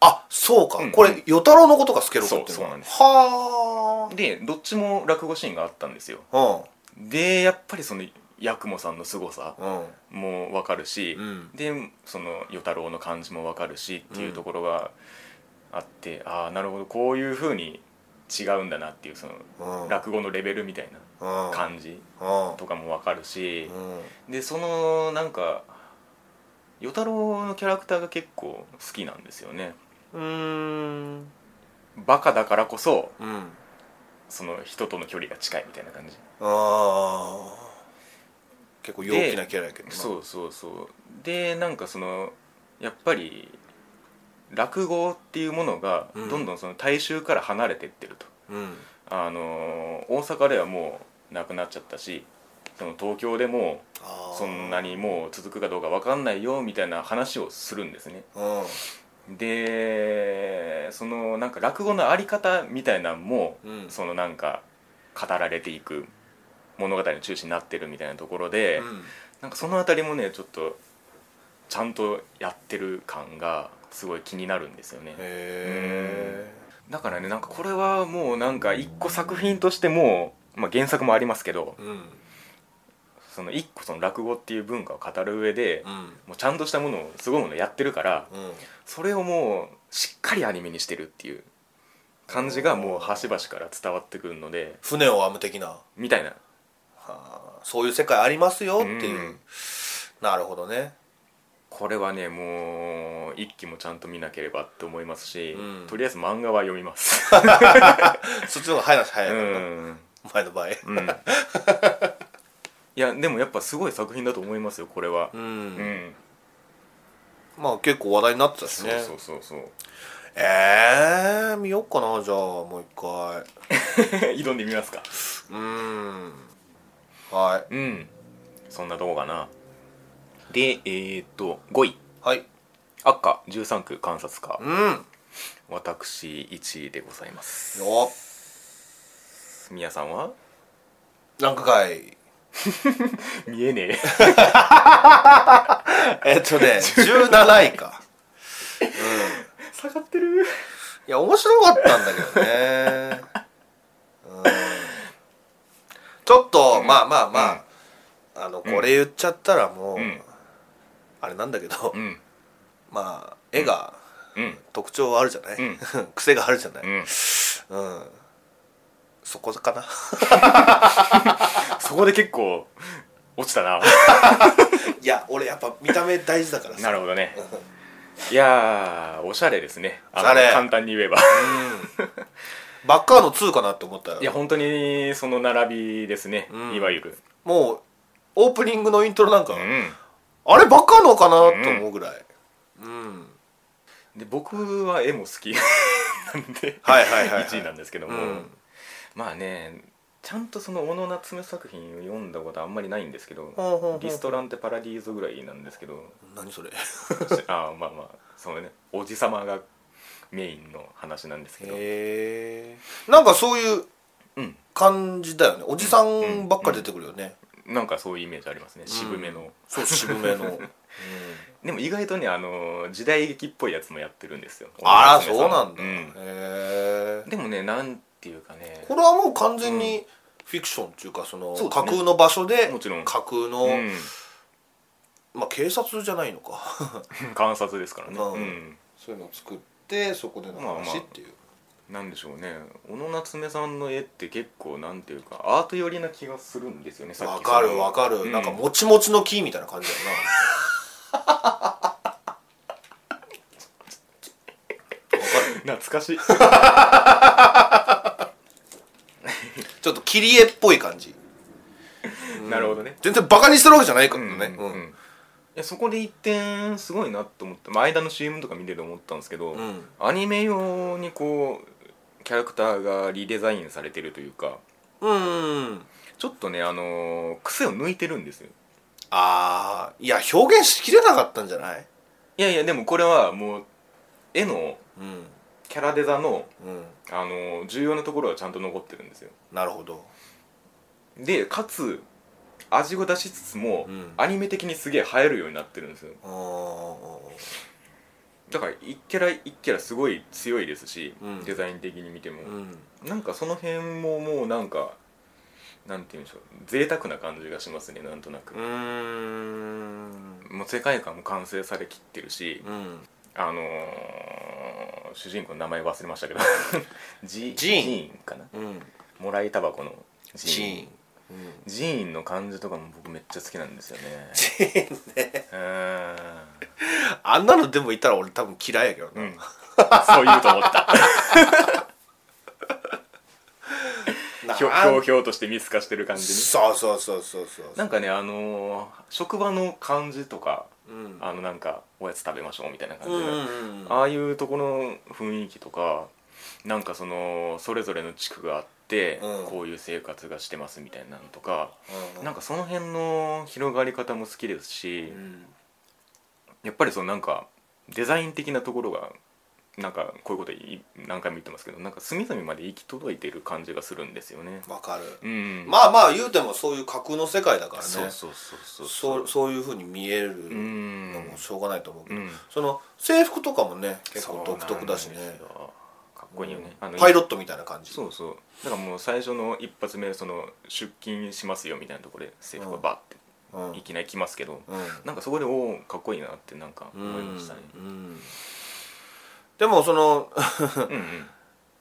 [SPEAKER 2] あそうか
[SPEAKER 1] うん
[SPEAKER 2] これ与太郎のことがスケロクってい
[SPEAKER 1] そううそう
[SPEAKER 2] のは
[SPEAKER 1] なんです
[SPEAKER 2] は
[SPEAKER 1] でどっちも落語シーンがあったんですよ
[SPEAKER 2] あ
[SPEAKER 1] でやっぱりその八雲さんの凄さ
[SPEAKER 2] うんうん
[SPEAKER 1] もわかるし、
[SPEAKER 2] うん
[SPEAKER 1] でその与太郎の感じもわかるしっていうところがあって、ああなるほどこういうふうに違うんだなっていうその
[SPEAKER 2] うん
[SPEAKER 1] 落語のレベルみたいな
[SPEAKER 2] うん
[SPEAKER 1] 感じ
[SPEAKER 2] うん
[SPEAKER 1] とかもわかるし、
[SPEAKER 2] うん
[SPEAKER 1] でそのなんか与太郎のキャラクターが結構好きなんですよね
[SPEAKER 2] うーん
[SPEAKER 1] バカだからこそ
[SPEAKER 2] うん
[SPEAKER 1] その人との距離が近いみたいな感じ
[SPEAKER 2] ああ結構陽気なキャラやけどな
[SPEAKER 1] そうそうそうでなんかそのやっぱり落語っていうものが
[SPEAKER 2] うん
[SPEAKER 1] どんどんその大衆から離れてってると、
[SPEAKER 2] うん
[SPEAKER 1] あのー大阪ではもうなくなっちゃったしその東京でも
[SPEAKER 2] あー
[SPEAKER 1] そんなにもう続くかどうか分かんないよみたいな話をするんですね
[SPEAKER 2] うん
[SPEAKER 1] でそのなんか落語のあり方みたいなんも、
[SPEAKER 2] うん
[SPEAKER 1] そのなんか語られていく物語の中心になってるみたいなところで、
[SPEAKER 2] うん
[SPEAKER 1] なんかその辺りもねちょっとちゃんとやってる感がすごい気になるんですよね
[SPEAKER 2] へ
[SPEAKER 1] だからねなんかこれはもうなんか一個作品としてもう、まあ、原作もありますけど
[SPEAKER 2] えうん
[SPEAKER 1] その一個その落語っていう文化を語る上で、
[SPEAKER 2] うん
[SPEAKER 1] もうちゃんとしたものをすごいものやってるから
[SPEAKER 2] うん
[SPEAKER 1] それをもうしっかりアニメにしてるっていう感じがもう端々から伝わってくるので
[SPEAKER 2] 船を編む的な
[SPEAKER 1] みたいな
[SPEAKER 2] はあそういう世界ありますよっていう、
[SPEAKER 1] うん
[SPEAKER 2] なるほどね
[SPEAKER 1] これはねもう一期もちゃんと見なければって思いますし、
[SPEAKER 2] うん
[SPEAKER 1] とりあえず漫画は読みます
[SPEAKER 2] そっちの方が早い話
[SPEAKER 1] う
[SPEAKER 2] 早いからな、
[SPEAKER 1] ん
[SPEAKER 2] お前の場合
[SPEAKER 1] うんいやでもやっぱすごい作品だと思いますよこれは
[SPEAKER 2] うん、
[SPEAKER 1] うん、
[SPEAKER 2] まあ結構話題になってたし
[SPEAKER 1] そう
[SPEAKER 2] ね
[SPEAKER 1] そうそうそう [laughs]
[SPEAKER 2] ええー、見よっかなじゃあもう一回
[SPEAKER 1] 挑んでみますか
[SPEAKER 2] うんはい
[SPEAKER 1] うんそんなとこかなでえー、っと5位
[SPEAKER 2] はい
[SPEAKER 1] 赤13区観察課
[SPEAKER 2] うん
[SPEAKER 1] 私1位でございます
[SPEAKER 2] よ
[SPEAKER 1] 皆さんは
[SPEAKER 2] ランク外
[SPEAKER 1] [laughs] 見えねえ
[SPEAKER 2] えっと [laughs] ね17位かうんい
[SPEAKER 1] [laughs] 下がってる
[SPEAKER 2] や面白かったんだけどねうんちょっと、まあまあまあ、あのこれ言っちゃったらもう、
[SPEAKER 1] うん
[SPEAKER 2] あれなんだけど、
[SPEAKER 1] うん
[SPEAKER 2] まあ絵が
[SPEAKER 1] うん
[SPEAKER 2] 特徴あるじゃない、
[SPEAKER 1] うん
[SPEAKER 2] [laughs] 癖があるじゃない、
[SPEAKER 1] うん
[SPEAKER 2] うんそこかな
[SPEAKER 1] そこで結構落ちた [laughs] な
[SPEAKER 2] [laughs] いや俺やっぱ見た目大事だからさ
[SPEAKER 1] なるほどねいやーおしゃれですねあの
[SPEAKER 2] おしゃれ
[SPEAKER 1] 簡単に言えば
[SPEAKER 2] うんバッカーの2かなって思ったよ
[SPEAKER 1] いや本当にその並びですね、
[SPEAKER 2] うん
[SPEAKER 1] いわゆる
[SPEAKER 2] もうオープニングのイントロなんか、
[SPEAKER 1] うん
[SPEAKER 2] あれバッカーのかなと思うぐらいうん、
[SPEAKER 1] で僕は絵も好きなんで
[SPEAKER 2] はいはいはい、はい、
[SPEAKER 1] 1位なんですけども、
[SPEAKER 2] うん
[SPEAKER 1] まあねちゃんとその小野夏目作品を読んだことあんまりないんですけど
[SPEAKER 2] ほうほうほう
[SPEAKER 1] 「リストランテパラディーズ」ぐらいなんですけど
[SPEAKER 2] 何それへ [laughs]
[SPEAKER 1] あーまあまあそのねおじさまがメインの話なんですけど
[SPEAKER 2] えんかそういう
[SPEAKER 1] うん
[SPEAKER 2] 感じだよねおじさんばっかり出てくるよね、
[SPEAKER 1] なんかそういうイメージありますね渋めの、
[SPEAKER 2] そう渋
[SPEAKER 1] [laughs]
[SPEAKER 2] めの、うん
[SPEAKER 1] でも意外とねあの時代劇っぽいやつもやってるんですよ
[SPEAKER 2] あら
[SPEAKER 1] 小野夏目
[SPEAKER 2] そう
[SPEAKER 1] さ
[SPEAKER 2] なんだ、
[SPEAKER 1] う
[SPEAKER 2] へえ
[SPEAKER 1] でもねなんていうかね
[SPEAKER 2] これはもう完全にフィクションっていうかその
[SPEAKER 1] そうです
[SPEAKER 2] 架
[SPEAKER 1] ね
[SPEAKER 2] 空の場所
[SPEAKER 1] [laughs]
[SPEAKER 2] で
[SPEAKER 1] もちろん
[SPEAKER 2] 架空の、
[SPEAKER 1] う
[SPEAKER 2] まあ警察じゃないのか
[SPEAKER 1] ん、観察ですからね、
[SPEAKER 2] うん
[SPEAKER 1] うん
[SPEAKER 2] そういうのを作ってそこで
[SPEAKER 1] ま
[SPEAKER 2] の
[SPEAKER 1] あまあ
[SPEAKER 2] 話っていう、
[SPEAKER 1] なんでしょうね小野夏目さんの絵って結構なんていうかアート寄りな気がするんですよねさっ
[SPEAKER 2] わ
[SPEAKER 1] き
[SPEAKER 2] かるわかる、
[SPEAKER 1] うん
[SPEAKER 2] なんかもちもちの木みたいな感じだよなわかる
[SPEAKER 1] 懐かしい
[SPEAKER 2] ちょっと切り絵っぽい感じ
[SPEAKER 1] [laughs] なるほどね
[SPEAKER 2] 全然バカにしてるわけじゃないか
[SPEAKER 1] う
[SPEAKER 2] ら
[SPEAKER 1] ん
[SPEAKER 2] ね
[SPEAKER 1] うんいやそこで一点すごいなと思って、まあ、間の CM とか見てて思ったんですけど、
[SPEAKER 2] うん
[SPEAKER 1] アニメ用にこうキャラクターがリデザインされてるというか
[SPEAKER 2] うん、うん、
[SPEAKER 1] ちょっとねあのー癖を抜いてるんですよ
[SPEAKER 2] ああいや表現しきれなかったんじゃない
[SPEAKER 1] いやいやでもこれはもう絵の
[SPEAKER 2] うん
[SPEAKER 1] キャラデザの、
[SPEAKER 2] うん
[SPEAKER 1] あのー重要なところはちゃんと残ってるんですよ
[SPEAKER 2] なるほど
[SPEAKER 1] でかつ味を出しつつも、
[SPEAKER 2] うん
[SPEAKER 1] アニメ的にすげえ映えるようになってるんですよ
[SPEAKER 2] うー
[SPEAKER 1] だから一キャラ一キャラすごい強いですし、
[SPEAKER 2] うん
[SPEAKER 1] デザイン的に見ても、
[SPEAKER 2] んうん
[SPEAKER 1] なんかその辺ももうなんかなんて言うんでしょう贅沢な感じがしますねなんとなく
[SPEAKER 2] う、ーん
[SPEAKER 1] もう世界観も完成されきってるし、
[SPEAKER 2] うん
[SPEAKER 1] あのー主人公の名前忘れましたけど [laughs] ジ
[SPEAKER 2] ジーン
[SPEAKER 1] ンかな
[SPEAKER 2] うん
[SPEAKER 1] もらいタバコのジ
[SPEAKER 2] シ
[SPEAKER 1] ー
[SPEAKER 2] ー
[SPEAKER 1] ン
[SPEAKER 2] ンうん
[SPEAKER 1] ジーンの感じとかも僕めっちゃ好きなんですよね
[SPEAKER 2] シーンね
[SPEAKER 1] うーん
[SPEAKER 2] あんなのでもいたら俺多分嫌いやけど
[SPEAKER 1] う
[SPEAKER 2] な、
[SPEAKER 1] んそう言うと思った [laughs]
[SPEAKER 2] な
[SPEAKER 1] ひょひょうひょうとして見透かしてる感じに
[SPEAKER 2] そうそうそうそうそう
[SPEAKER 1] なんかねあのー職場の感じとか
[SPEAKER 2] うん
[SPEAKER 1] あのなんかおやつ食べましょうみたいな感
[SPEAKER 2] う
[SPEAKER 1] じ
[SPEAKER 2] ん
[SPEAKER 1] で、
[SPEAKER 2] うんうん
[SPEAKER 1] ああいうとこの雰囲気とかなんかそのそれぞれの地区があって、
[SPEAKER 2] うん
[SPEAKER 1] こういう生活がしてますみたいなのとか、
[SPEAKER 2] うん
[SPEAKER 1] なんかその辺の広がり方も好きです
[SPEAKER 2] う
[SPEAKER 1] し、
[SPEAKER 2] ん
[SPEAKER 1] やっぱりそのなんかデザイン的なところがなんかこういうことい何回も言ってますけどなんか隅々まで行き届いてる感じがするんですよね。
[SPEAKER 2] わかる、
[SPEAKER 1] うん、
[SPEAKER 2] まあまあ言うてもそういう架空の世界だからね
[SPEAKER 1] そうそうそうそう
[SPEAKER 2] そうそういうふうに見える
[SPEAKER 1] うん
[SPEAKER 2] のもしょうがないと思うけど、
[SPEAKER 1] うん
[SPEAKER 2] その制服とかもね結構独特だしね
[SPEAKER 1] そうなんですよかっこいいよね、あの
[SPEAKER 2] パイロットみたいな感じ
[SPEAKER 1] そうそうだからもう最初の一発目その出勤しますよみたいなところで制服がバッ
[SPEAKER 2] うん
[SPEAKER 1] ていきなり来ますけど、
[SPEAKER 2] うん
[SPEAKER 1] なんかそこでおおかっこいいなってなんか思いましたね
[SPEAKER 2] うんでもその [laughs]
[SPEAKER 1] うん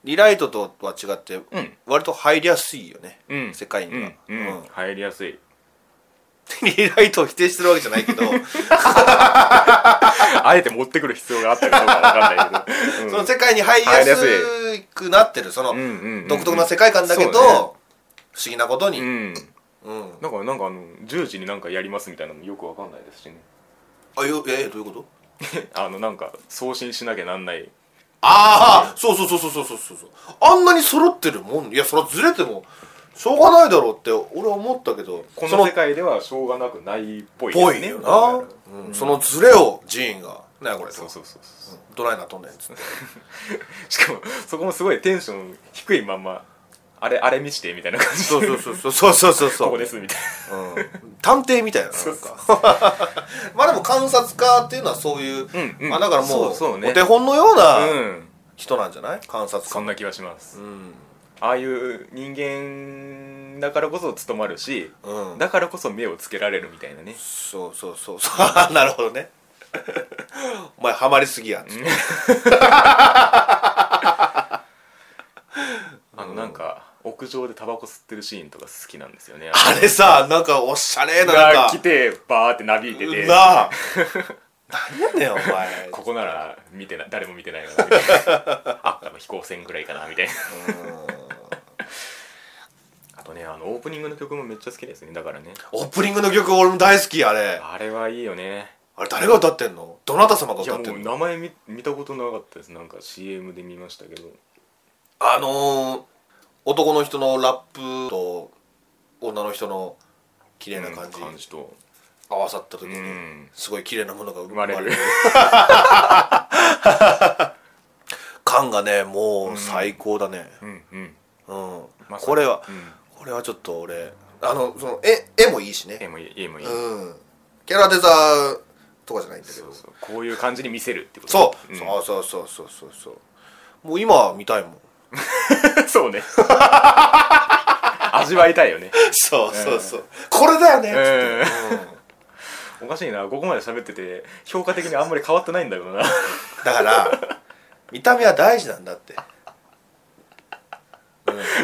[SPEAKER 2] リライトとは違って
[SPEAKER 1] うん
[SPEAKER 2] 割と入りやすいよね、
[SPEAKER 1] うん、うん、
[SPEAKER 2] 世界に
[SPEAKER 1] う
[SPEAKER 2] は
[SPEAKER 1] ん、うん
[SPEAKER 2] うん [laughs]
[SPEAKER 1] 入りやすい
[SPEAKER 2] リライトを否定してるわけじゃないけど、
[SPEAKER 1] [laughs] あえて持ってくる必要があったかどうかわかんないけど、うん、
[SPEAKER 2] その世界に入りやすくなってるその
[SPEAKER 1] うんうんうん
[SPEAKER 2] 独特な世界観だけど、
[SPEAKER 1] そう
[SPEAKER 2] 不
[SPEAKER 1] ね
[SPEAKER 2] 思議なことに、
[SPEAKER 1] うん
[SPEAKER 2] うん
[SPEAKER 1] だからなんかあの10時になんかやりますみたいなのもよくわかんないですしね [laughs]
[SPEAKER 2] あよえどういうこと
[SPEAKER 1] あのなんか送信しなきゃなんない
[SPEAKER 2] ああそうそうそうそうそうそうそうあんなに揃ってるもんいやそれはずれてもしょうがないだろうって俺は思ったけど
[SPEAKER 1] こ
[SPEAKER 2] そ
[SPEAKER 1] の世界ではしょうがなくないっぽいです
[SPEAKER 2] ぽ
[SPEAKER 1] ね
[SPEAKER 2] いよな、うんそのズレをジーンが「なんやこれ」
[SPEAKER 1] そうそうそうそう
[SPEAKER 2] ドライなとんねん」っつって
[SPEAKER 1] しかもそこもすごいテンション低いまんまあれあれ見してみたいな感じ
[SPEAKER 2] そうそうそうそうそうそうそう
[SPEAKER 1] ここですみたい
[SPEAKER 2] うん、探偵みたいななんか [laughs] まあでも観察家っていうのはそういう、
[SPEAKER 1] んうん
[SPEAKER 2] まあ、だからもう
[SPEAKER 1] そうそうね
[SPEAKER 2] お手本のよう
[SPEAKER 1] な
[SPEAKER 2] な
[SPEAKER 1] うん
[SPEAKER 2] 人なんじゃない観察
[SPEAKER 1] そ
[SPEAKER 2] 家
[SPEAKER 1] んな気はします
[SPEAKER 2] うん
[SPEAKER 1] ああいう人間だからこそ務まるし
[SPEAKER 2] うん
[SPEAKER 1] だからこそ目をつけられるみたいなね
[SPEAKER 2] そうそうそうそう [laughs] なるほどねお前ハマりすぎやんつって
[SPEAKER 1] あのなんか屋上でタバコ吸ってるシーンとか好きなんですよね
[SPEAKER 2] あれさなんかおしゃれななん
[SPEAKER 1] が
[SPEAKER 2] か
[SPEAKER 1] 来てバーってなびいてて
[SPEAKER 2] なあ何やねんお前
[SPEAKER 1] [laughs] ここなら見てない誰も見てないなみたいな
[SPEAKER 2] [laughs]
[SPEAKER 1] あでも飛行船ぐらいかなみたいな [laughs] あとねあのオープニングの曲もめっちゃ好きですねだからね
[SPEAKER 2] オープニングの曲俺も大好きあれ
[SPEAKER 1] あれはいいよね
[SPEAKER 2] あれ誰が歌ってんのどなた様が
[SPEAKER 1] いや
[SPEAKER 2] 歌って
[SPEAKER 1] もうん
[SPEAKER 2] の
[SPEAKER 1] 名前見見たことなかったですなんか CM で見ましたけど
[SPEAKER 2] あのー、男の人のラップと女の人の綺麗な感じ、
[SPEAKER 1] うん感じと
[SPEAKER 2] 合わさった時
[SPEAKER 1] う
[SPEAKER 2] に、
[SPEAKER 1] ん
[SPEAKER 2] すごい綺麗なものが生
[SPEAKER 1] 生
[SPEAKER 2] ま
[SPEAKER 1] ま
[SPEAKER 2] れ
[SPEAKER 1] れ
[SPEAKER 2] る
[SPEAKER 1] る
[SPEAKER 2] 感がねもう最高だね
[SPEAKER 1] うんうん
[SPEAKER 2] うん、
[SPEAKER 1] ままさに
[SPEAKER 2] これは
[SPEAKER 1] うん
[SPEAKER 2] これはちょっと俺あのその絵絵もいいしね
[SPEAKER 1] 絵もいい絵もいい、
[SPEAKER 2] うんキャラデザとかじゃないんだけ
[SPEAKER 1] そ
[SPEAKER 2] ど
[SPEAKER 1] うそうこういう感じに見せるってこと
[SPEAKER 2] そう、
[SPEAKER 1] ん
[SPEAKER 2] そうそうそうそうそうそうもう今は見たいもん
[SPEAKER 1] [laughs] そうね味わいたいよね
[SPEAKER 2] そうそう [laughs] そう、これだよねっつって、うん
[SPEAKER 1] おかしいなここまで喋ってて評価的にあんまり変わってないんだけどな [laughs]
[SPEAKER 2] だから見た目は大事なんだって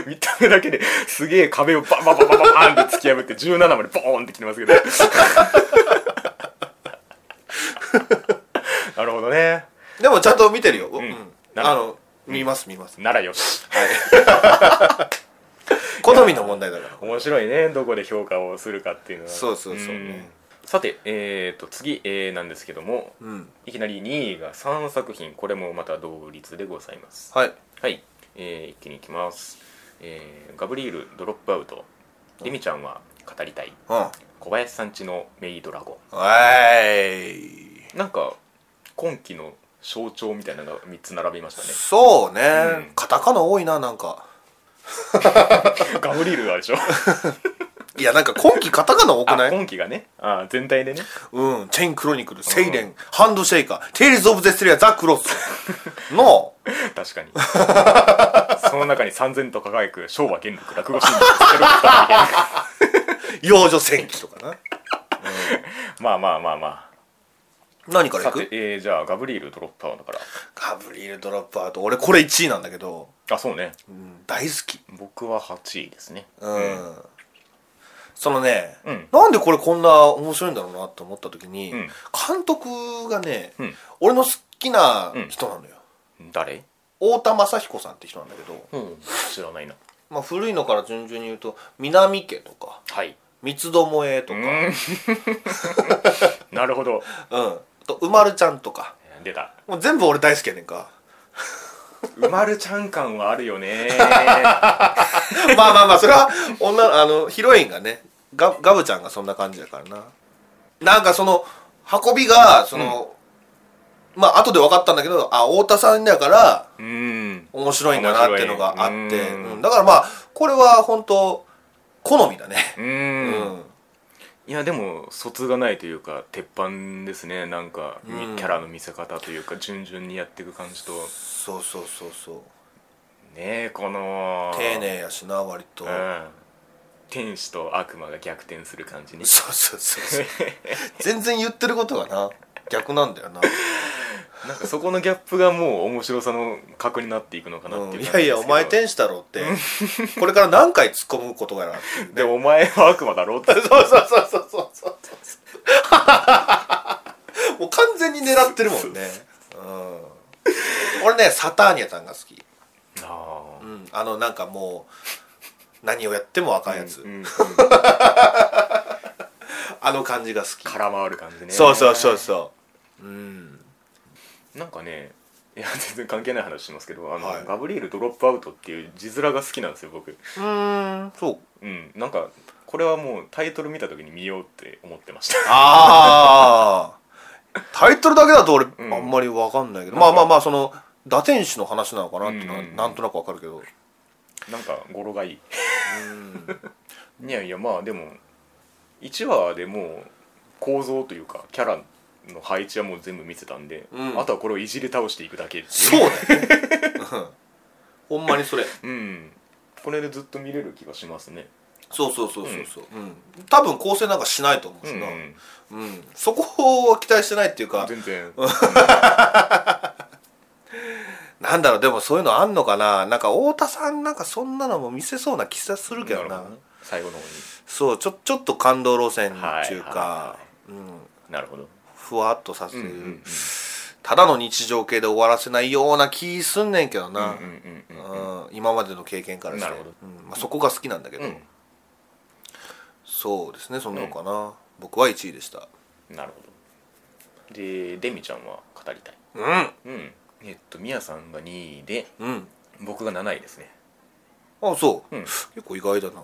[SPEAKER 1] 見た目だけですげえ壁をバンバンバンバンバンバンって突き破って17までボーンってきてますけど [laughs] なるほどね
[SPEAKER 2] でもちゃんと見てるよ、うん
[SPEAKER 1] なるほ
[SPEAKER 2] あの見ます見ます、
[SPEAKER 1] ならよし
[SPEAKER 2] [laughs] 好みの問題だから
[SPEAKER 1] 面白いねどこで評価をするかっていうのは
[SPEAKER 2] そうそうそう
[SPEAKER 1] うんさてえー、と次、えーなんですけども
[SPEAKER 2] うん
[SPEAKER 1] いきなり2位が3作品これもまた同率でございます
[SPEAKER 2] はい
[SPEAKER 1] はい、えー一気にいきます、えーガブリエルドロップアウトリミちゃんは語りたい
[SPEAKER 2] うんは
[SPEAKER 1] 小林さんちのメイドラゴ
[SPEAKER 2] ーい
[SPEAKER 1] ンなんか今期の象徴みたいなのが3つ並びま
[SPEAKER 2] [laughs]
[SPEAKER 1] し
[SPEAKER 2] そうね、
[SPEAKER 1] うん
[SPEAKER 2] カタカナ多いななんか
[SPEAKER 1] たねガブリエルがあるでしょ
[SPEAKER 2] いやなんか今季カタカナ多く
[SPEAKER 1] あ
[SPEAKER 2] ない
[SPEAKER 1] 今期がねあー全体
[SPEAKER 2] [laughs]
[SPEAKER 1] でね
[SPEAKER 2] うんチェインクロニクルセイレン、ハンドシェイカーテイルズ・オブ・ゼステリアザ・クロスの
[SPEAKER 1] 確かにその中に三千と輝く昭和元禄落
[SPEAKER 2] [laughs]
[SPEAKER 1] 語新聞をつけることができる
[SPEAKER 2] 幼女戦記とかな
[SPEAKER 1] まあまあまあま
[SPEAKER 2] 何か
[SPEAKER 1] あ
[SPEAKER 2] ら
[SPEAKER 1] さ
[SPEAKER 2] いく
[SPEAKER 1] て、えーじゃあガブリエルドロップアウトから
[SPEAKER 2] ガブリエル・ドロップアウト俺これ1位なんだけど、
[SPEAKER 1] あそうね
[SPEAKER 2] うん、大好き
[SPEAKER 1] 僕は8位ですね
[SPEAKER 2] うんそのね、
[SPEAKER 1] うん
[SPEAKER 2] なんでこれこんな面白いんだろうなと思った時に、
[SPEAKER 1] うん
[SPEAKER 2] 監督がね、
[SPEAKER 1] うん
[SPEAKER 2] 俺の好きな人なのよ、
[SPEAKER 1] 誰
[SPEAKER 2] 太田雅彦さんって人なんだけど、
[SPEAKER 1] うん知らないな
[SPEAKER 2] まあ、古いのから順々に言うと南家とか
[SPEAKER 1] はい
[SPEAKER 2] 三つどもえと
[SPEAKER 1] う
[SPEAKER 2] か、
[SPEAKER 1] んなるほど
[SPEAKER 2] うんあとうまるちゃんとか
[SPEAKER 1] 出た
[SPEAKER 2] もう全部俺大好きやねんか [laughs]
[SPEAKER 1] うまるちゃん感はあるよね
[SPEAKER 2] まあまあまあそれは女あのヒロインがねガガブちゃんがそんな感じだからななんかその運びがその、まあ後で分かったんだけどあ太田さんだから
[SPEAKER 1] うん
[SPEAKER 2] 面白いんだなっていうのがあっ
[SPEAKER 1] 面白
[SPEAKER 2] て、
[SPEAKER 1] いうん
[SPEAKER 2] うんだからまあこれは本当好みだね
[SPEAKER 1] う
[SPEAKER 2] うんん
[SPEAKER 1] いやでも卒がないというか鉄板ですねなんか、み
[SPEAKER 2] うん
[SPEAKER 1] キャラの見せ方というか順々にやっていく感じとね
[SPEAKER 2] そうそうそうそう
[SPEAKER 1] えこの
[SPEAKER 2] 丁寧やしな割と、
[SPEAKER 1] うん天使と悪魔が逆転する感じに
[SPEAKER 2] そうそうそうそう全然言ってることがな逆なんだよな、
[SPEAKER 1] なんかそこのギャップがもう面白さの核になっていくのかなって
[SPEAKER 2] う
[SPEAKER 1] い
[SPEAKER 2] ん、
[SPEAKER 1] う
[SPEAKER 2] い
[SPEAKER 1] 感
[SPEAKER 2] や
[SPEAKER 1] じ
[SPEAKER 2] いや
[SPEAKER 1] です
[SPEAKER 2] お
[SPEAKER 1] けど
[SPEAKER 2] 前天使だろうってこれから何回突っ込むこと
[SPEAKER 1] [laughs]
[SPEAKER 2] がなっていうね
[SPEAKER 1] でお前は悪魔だろって
[SPEAKER 2] そうそうそうそうそうそうもう完全に狙ってるもんね、うん、俺ねサターニャさんが好き、
[SPEAKER 1] あ
[SPEAKER 2] うん、あのなんかもう何をやってもあかんやつ、
[SPEAKER 1] うんうん
[SPEAKER 2] あの感じが好き、
[SPEAKER 1] 空回る感じね
[SPEAKER 2] そうそうそうそううん
[SPEAKER 1] なんかねいや [laughs] 全然関係ない話しますけどあの、
[SPEAKER 2] はい
[SPEAKER 1] ガブリエルドロップアウトっていう字面が好きなんですよ僕
[SPEAKER 2] うんそう
[SPEAKER 1] うんなんかこれはもうタイトル見た時に見ようって思ってました
[SPEAKER 2] ああタイトルだけだと俺、
[SPEAKER 1] うん
[SPEAKER 2] あんまりわかんないけどまあまあまあその打天使の話なのかなっていうのは
[SPEAKER 1] うん
[SPEAKER 2] なんとなくわかるけど
[SPEAKER 1] [laughs] なんか語呂がいい
[SPEAKER 2] うん
[SPEAKER 1] いやいやまあでも1話でもう構造というかキャラの配置はもう全部見せたんで、
[SPEAKER 2] うん
[SPEAKER 1] あとはこれをいじり倒していくだけっていう
[SPEAKER 2] そうだよね、
[SPEAKER 1] [laughs]
[SPEAKER 2] うん、ほんまにそれ
[SPEAKER 1] うんこれでずっと見れる気がしますね
[SPEAKER 2] そうそうそうそうそう、うん多分構成なんかしないと思う
[SPEAKER 1] う
[SPEAKER 2] し
[SPEAKER 1] ん、
[SPEAKER 2] な、
[SPEAKER 1] う
[SPEAKER 2] うん
[SPEAKER 1] ん
[SPEAKER 2] そこは期待してないっていうか
[SPEAKER 1] 全然
[SPEAKER 2] なんだろうでもそういうのあんのかななんか太田さんなんかそんなのも見せそうな気がするけど
[SPEAKER 1] な
[SPEAKER 2] な
[SPEAKER 1] るほどね最後の方
[SPEAKER 2] そうちょちょっと感動路線っていう
[SPEAKER 1] は
[SPEAKER 2] か、うん、
[SPEAKER 1] になるほど、
[SPEAKER 2] ふわっとさせ
[SPEAKER 1] うん
[SPEAKER 2] る、
[SPEAKER 1] うんうん
[SPEAKER 2] ただの日常系で終わらせないような気すんねんけど
[SPEAKER 1] うん
[SPEAKER 2] な、
[SPEAKER 1] うんうんうん
[SPEAKER 2] うん今までの経験からして
[SPEAKER 1] なるほど
[SPEAKER 2] うんまあ、そこが好きなんだけど、
[SPEAKER 1] うん
[SPEAKER 2] そうですねそんなのかな、僕は1位でした
[SPEAKER 1] なるほどでデミちゃんは語りたい
[SPEAKER 2] うん
[SPEAKER 1] うんえっとミヤさんが2位で
[SPEAKER 2] うん
[SPEAKER 1] 僕が7位ですね
[SPEAKER 2] あそう、
[SPEAKER 1] うん
[SPEAKER 2] 結構意外だな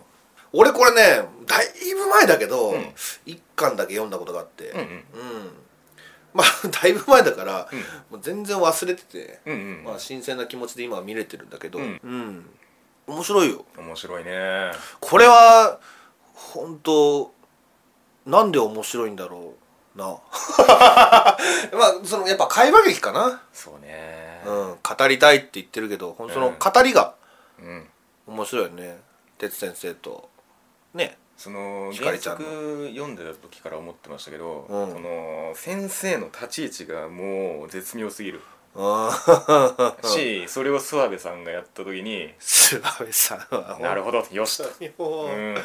[SPEAKER 2] 俺これねだいぶ前だけど、
[SPEAKER 1] うん
[SPEAKER 2] 一巻だけ読んだことがあって
[SPEAKER 1] うんうん
[SPEAKER 2] うん、まあ [laughs] だいぶ前だから、
[SPEAKER 1] うん
[SPEAKER 2] もう全然忘れてて、
[SPEAKER 1] うんうん
[SPEAKER 2] まあ、新鮮な気持ちで今は見れてるんだけど、
[SPEAKER 1] うん
[SPEAKER 2] うん面白いよ
[SPEAKER 1] 面白いね
[SPEAKER 2] これは本当なんで面白いんだろうな [laughs] まあそのやっぱ会話劇かな、
[SPEAKER 1] そうね
[SPEAKER 2] うん、語りたいって言ってるけどほんその
[SPEAKER 1] うん
[SPEAKER 2] 語りが
[SPEAKER 1] うん、
[SPEAKER 2] 面白いよね哲先生とね
[SPEAKER 1] その
[SPEAKER 2] ひか
[SPEAKER 1] 原
[SPEAKER 2] りちゃんの
[SPEAKER 1] 作読んでた時から思ってましたけど、
[SPEAKER 2] うん
[SPEAKER 1] この先生の立ち位置がもう絶妙すぎる
[SPEAKER 2] うん
[SPEAKER 1] し、それを諏訪部さんがやった時に
[SPEAKER 2] 諏訪部さん
[SPEAKER 1] 「
[SPEAKER 2] は
[SPEAKER 1] なるほどよし」と。
[SPEAKER 2] もう
[SPEAKER 1] うん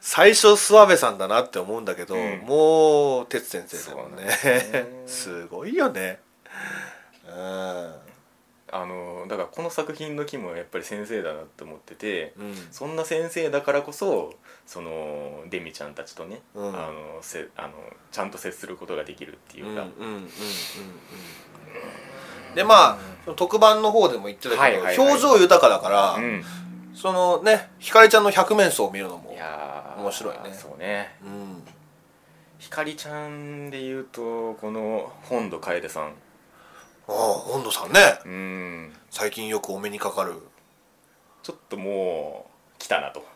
[SPEAKER 2] 最初諏訪部さんだなって思うんだけど、
[SPEAKER 1] うん
[SPEAKER 2] もう哲先生だもんね
[SPEAKER 1] そうなんですね
[SPEAKER 2] [laughs] すごいよねうん
[SPEAKER 1] あのだからこの作品の木もやっぱり先生だなと思ってて、
[SPEAKER 2] うん
[SPEAKER 1] そんな先生だからこそそのデミちゃんたちとね、
[SPEAKER 2] うん
[SPEAKER 1] あのせあのちゃんと接することができるっていううん
[SPEAKER 2] うん
[SPEAKER 1] か、
[SPEAKER 2] うんうんうんでまあ特番の方でも言ってたけど、
[SPEAKER 1] はいはいはい
[SPEAKER 2] 表情豊かだから、
[SPEAKER 1] うん
[SPEAKER 2] そのねひかりちゃんの百面相を見るのも
[SPEAKER 1] いやー
[SPEAKER 2] 面白いね
[SPEAKER 1] そうね
[SPEAKER 2] うん
[SPEAKER 1] ひかりちゃんで言うとこの本土楓さん
[SPEAKER 2] ああ温度さんね
[SPEAKER 1] うん
[SPEAKER 2] 最近よくお目にか
[SPEAKER 1] [laughs]
[SPEAKER 2] かる
[SPEAKER 1] ちょっともう来たなと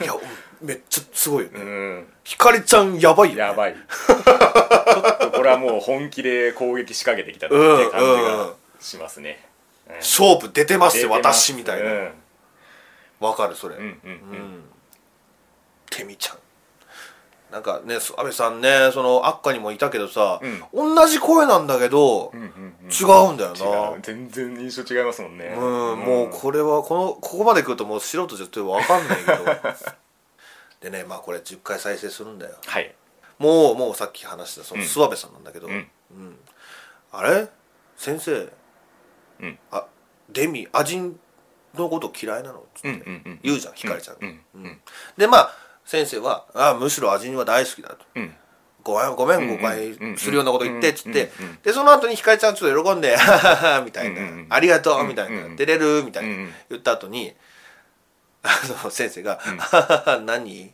[SPEAKER 2] いやめっちゃすごいよ
[SPEAKER 1] う
[SPEAKER 2] ね
[SPEAKER 1] ん
[SPEAKER 2] ひかりちゃんやばいよ、ね、
[SPEAKER 1] や
[SPEAKER 2] い [laughs]
[SPEAKER 1] ばいちょっとこれはもう本気で攻撃仕掛けてきたなっていう感じがしますね、うん
[SPEAKER 2] 勝負出てます
[SPEAKER 1] 出て
[SPEAKER 2] よ
[SPEAKER 1] ます
[SPEAKER 2] 私みたいな
[SPEAKER 1] う
[SPEAKER 2] わ
[SPEAKER 1] ん、、
[SPEAKER 2] かるそれ、
[SPEAKER 1] うんうん
[SPEAKER 2] う
[SPEAKER 1] うん
[SPEAKER 2] んケミちゃんなんかね安倍さんねそのアッカにもいたけどさ、同じ声なんだけど、
[SPEAKER 1] うんうんうん
[SPEAKER 2] 違うんだよ
[SPEAKER 1] 違う
[SPEAKER 2] な
[SPEAKER 1] 全然印象違いますもんね
[SPEAKER 2] うん、もうこれはこのここまで来るともう素人じゃちょっと分かんな
[SPEAKER 1] [laughs]
[SPEAKER 2] いけどでねまあこれ10回再生するんだよ
[SPEAKER 1] はい
[SPEAKER 2] もうもうさっき話したその
[SPEAKER 1] うん
[SPEAKER 2] 諏訪部さんなんだけど、
[SPEAKER 1] うん
[SPEAKER 2] うんあれ先生、
[SPEAKER 1] うん
[SPEAKER 2] あデミアジンのこと嫌いなの?」つって、
[SPEAKER 1] うんうんうん
[SPEAKER 2] 言うじゃんひかりちゃんが、
[SPEAKER 1] うんうん
[SPEAKER 2] でまあ先生は「あむしろアジンは大好きだ」と
[SPEAKER 1] うん
[SPEAKER 2] 「ごめんごめ
[SPEAKER 1] うんんう
[SPEAKER 2] 誤
[SPEAKER 1] ん
[SPEAKER 2] 解するようなこと言って」っつって
[SPEAKER 1] うんうん
[SPEAKER 2] でその後にひかりちゃんちょっと喜んで「は [laughs] ははみたいな
[SPEAKER 1] うんうんうん
[SPEAKER 2] 「ありがとう」みたい
[SPEAKER 1] うんう
[SPEAKER 2] なん「出れる」みたい
[SPEAKER 1] うんう
[SPEAKER 2] なん言った後にあの先生が「ははは [laughs] 何?」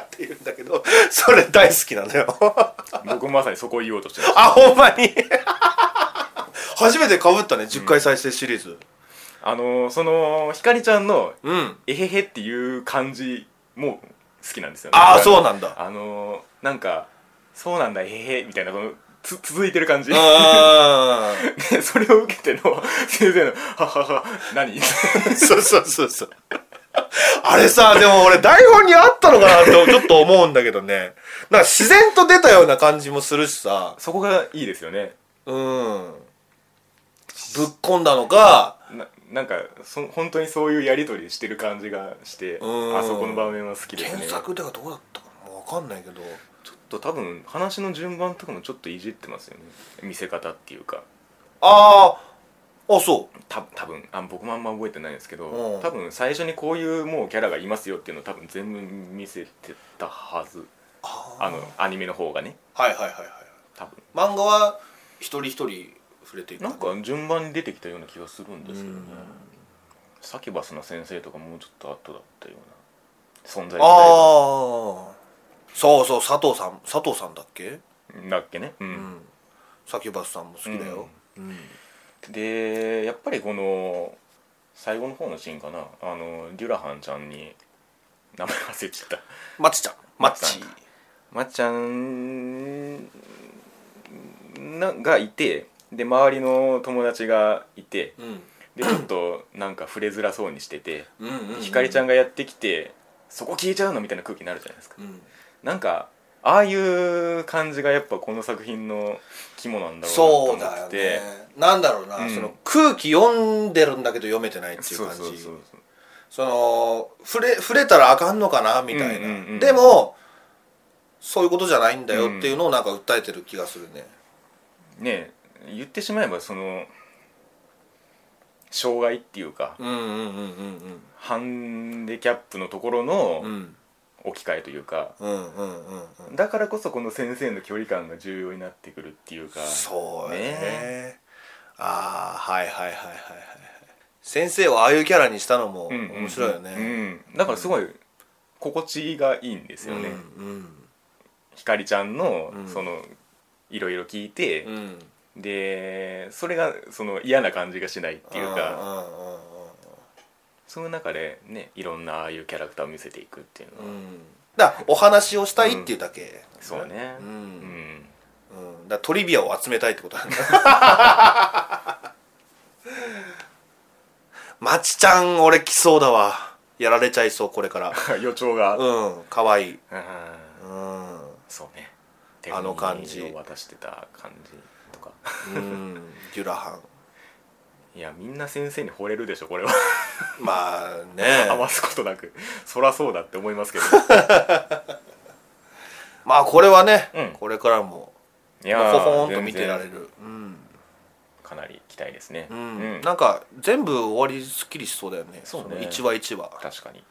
[SPEAKER 2] って言うんだけどそれ大好きなのよ。 [laughs]
[SPEAKER 1] 僕もまさにそこを言おうとしてました
[SPEAKER 2] あほんまに [laughs] 初めてかぶったね10回再生シリーズ
[SPEAKER 1] あのーそのひかりちゃんの
[SPEAKER 2] うん、
[SPEAKER 1] 「えへへ」っていう感じも好きなんですよね
[SPEAKER 2] ああ
[SPEAKER 1] だから
[SPEAKER 2] そうなんだ
[SPEAKER 1] あのーなんか「そうなんだえへへ」みたいなこのつ続いてる感じ
[SPEAKER 2] あー
[SPEAKER 1] で [laughs] それを受けての先生の「ははは何? 」 [laughs]
[SPEAKER 2] [laughs] そうそうそうそうあれさでも俺台本にあったのかなってちょっと思うんだけどねなんか自然と出たような感じもするしさ
[SPEAKER 1] そこがいいですよね
[SPEAKER 2] うんぶっ込んだのか
[SPEAKER 1] ななんかそ本当にそういうやり取りしてる感じがして
[SPEAKER 2] うん
[SPEAKER 1] あそこの場面は好きです
[SPEAKER 2] 原
[SPEAKER 1] ね
[SPEAKER 2] 作ではどうだったかも分かんないけど
[SPEAKER 1] ちょっと多分話の順番とかもちょっといじってますよね見せ方っていうか
[SPEAKER 2] あーあそ
[SPEAKER 1] た多分あ僕もあんま覚えてないんですけど、
[SPEAKER 2] うん
[SPEAKER 1] 多分最初にこういうもうキャラがいますよっていうのを多分全部見せてたはず
[SPEAKER 2] あ
[SPEAKER 1] あのアニメの方がね
[SPEAKER 2] はいはいはいはい
[SPEAKER 1] 多分
[SPEAKER 2] 漫画は一人一人触れていく
[SPEAKER 1] な
[SPEAKER 2] 感
[SPEAKER 1] ん
[SPEAKER 2] じ
[SPEAKER 1] か順番に出てきたような気がするんですけどね
[SPEAKER 2] うん
[SPEAKER 1] サキュバスの先生とかもうちょっと後だったような存在みたいな
[SPEAKER 2] ああそうそう佐藤さん佐藤さんだっけ
[SPEAKER 1] だっけね、うん
[SPEAKER 2] うんサキュバスさんも好きだよ、うん
[SPEAKER 1] でやっぱりこの最後の方のシーンかなあのデュラハンちゃんに名前忘れちゃった
[SPEAKER 2] マッチちゃんマッチ
[SPEAKER 1] マッまっちゃんながいてで周りの友達がいて
[SPEAKER 2] うん
[SPEAKER 1] でちょっとなんか触れづらそうにしてて
[SPEAKER 2] うんうんうん
[SPEAKER 1] ひかりちゃんがやってきて「そこ消えちゃうの?」みたいな空気になるじゃないですか
[SPEAKER 2] うん
[SPEAKER 1] なんかああいう感じがやっぱこの作品の肝なんだろ
[SPEAKER 2] そうう
[SPEAKER 1] なと
[SPEAKER 2] だ
[SPEAKER 1] 思っ
[SPEAKER 2] よ
[SPEAKER 1] てて
[SPEAKER 2] ねなんだろうな、
[SPEAKER 1] うん
[SPEAKER 2] その空気読んでるんだけど読めてないっていう
[SPEAKER 1] そう
[SPEAKER 2] 感じ
[SPEAKER 1] そうそうそう
[SPEAKER 2] その触れ触れたらあかんのかなみた
[SPEAKER 1] う
[SPEAKER 2] いな、
[SPEAKER 1] んうんうん
[SPEAKER 2] でもそういうことじゃないんだよっていうのをなんか訴えてる気がするね、
[SPEAKER 1] ねえ言ってしまえばその障害っていうか、
[SPEAKER 2] うん、うんうんうん
[SPEAKER 1] ハンデキャップのところの
[SPEAKER 2] うんうん
[SPEAKER 1] 置き換えというか、
[SPEAKER 2] うんうんうんうん
[SPEAKER 1] だからこそこの先生の距離感が重要になってくるっていうか
[SPEAKER 2] そうね
[SPEAKER 1] ね
[SPEAKER 2] ああはいはいはいはいはい先生をああいうキャラにしたのも
[SPEAKER 1] うんうんうん
[SPEAKER 2] 面白いよね、
[SPEAKER 1] うんだからすごい心地がいいんですよね、
[SPEAKER 2] うん
[SPEAKER 1] ひかりちゃんの
[SPEAKER 2] うん
[SPEAKER 1] そのいろいろ聞いて
[SPEAKER 2] う、ん
[SPEAKER 1] でそれがその嫌な感じがしないっていうか
[SPEAKER 2] うんうんうんうん
[SPEAKER 1] その中でねいろんなああいうキャラクターを見せていくっていうのは、
[SPEAKER 2] うんだからお話をしたいっていうだけ、
[SPEAKER 1] そうね
[SPEAKER 2] う、
[SPEAKER 1] うんん
[SPEAKER 2] うん、だからトリビアを集めたいってこと [laughs] なんだまちちゃん俺来そうだわやられちゃいそうこれから
[SPEAKER 1] 予兆が、うん
[SPEAKER 2] うんかわいい、
[SPEAKER 1] あー
[SPEAKER 2] うん
[SPEAKER 1] そうね
[SPEAKER 2] あの感じ
[SPEAKER 1] 手紙を渡してた感じとか
[SPEAKER 2] うんデュラハン
[SPEAKER 1] いやみんな先生に惚れるでしょこれは
[SPEAKER 2] まあね
[SPEAKER 1] 余すことなくそらそうだって思いますけど
[SPEAKER 2] まあこれはね、
[SPEAKER 1] うん
[SPEAKER 2] これからも
[SPEAKER 1] い
[SPEAKER 2] ほ
[SPEAKER 1] や
[SPEAKER 2] ほ
[SPEAKER 1] ー
[SPEAKER 2] ほんと見てられ
[SPEAKER 1] 全然
[SPEAKER 2] るうん、
[SPEAKER 1] かなり期待ですね
[SPEAKER 2] うん
[SPEAKER 1] うん
[SPEAKER 2] なんか全部終わりすっきりしそうだよね
[SPEAKER 1] そうね
[SPEAKER 2] の一話一話
[SPEAKER 1] 確かに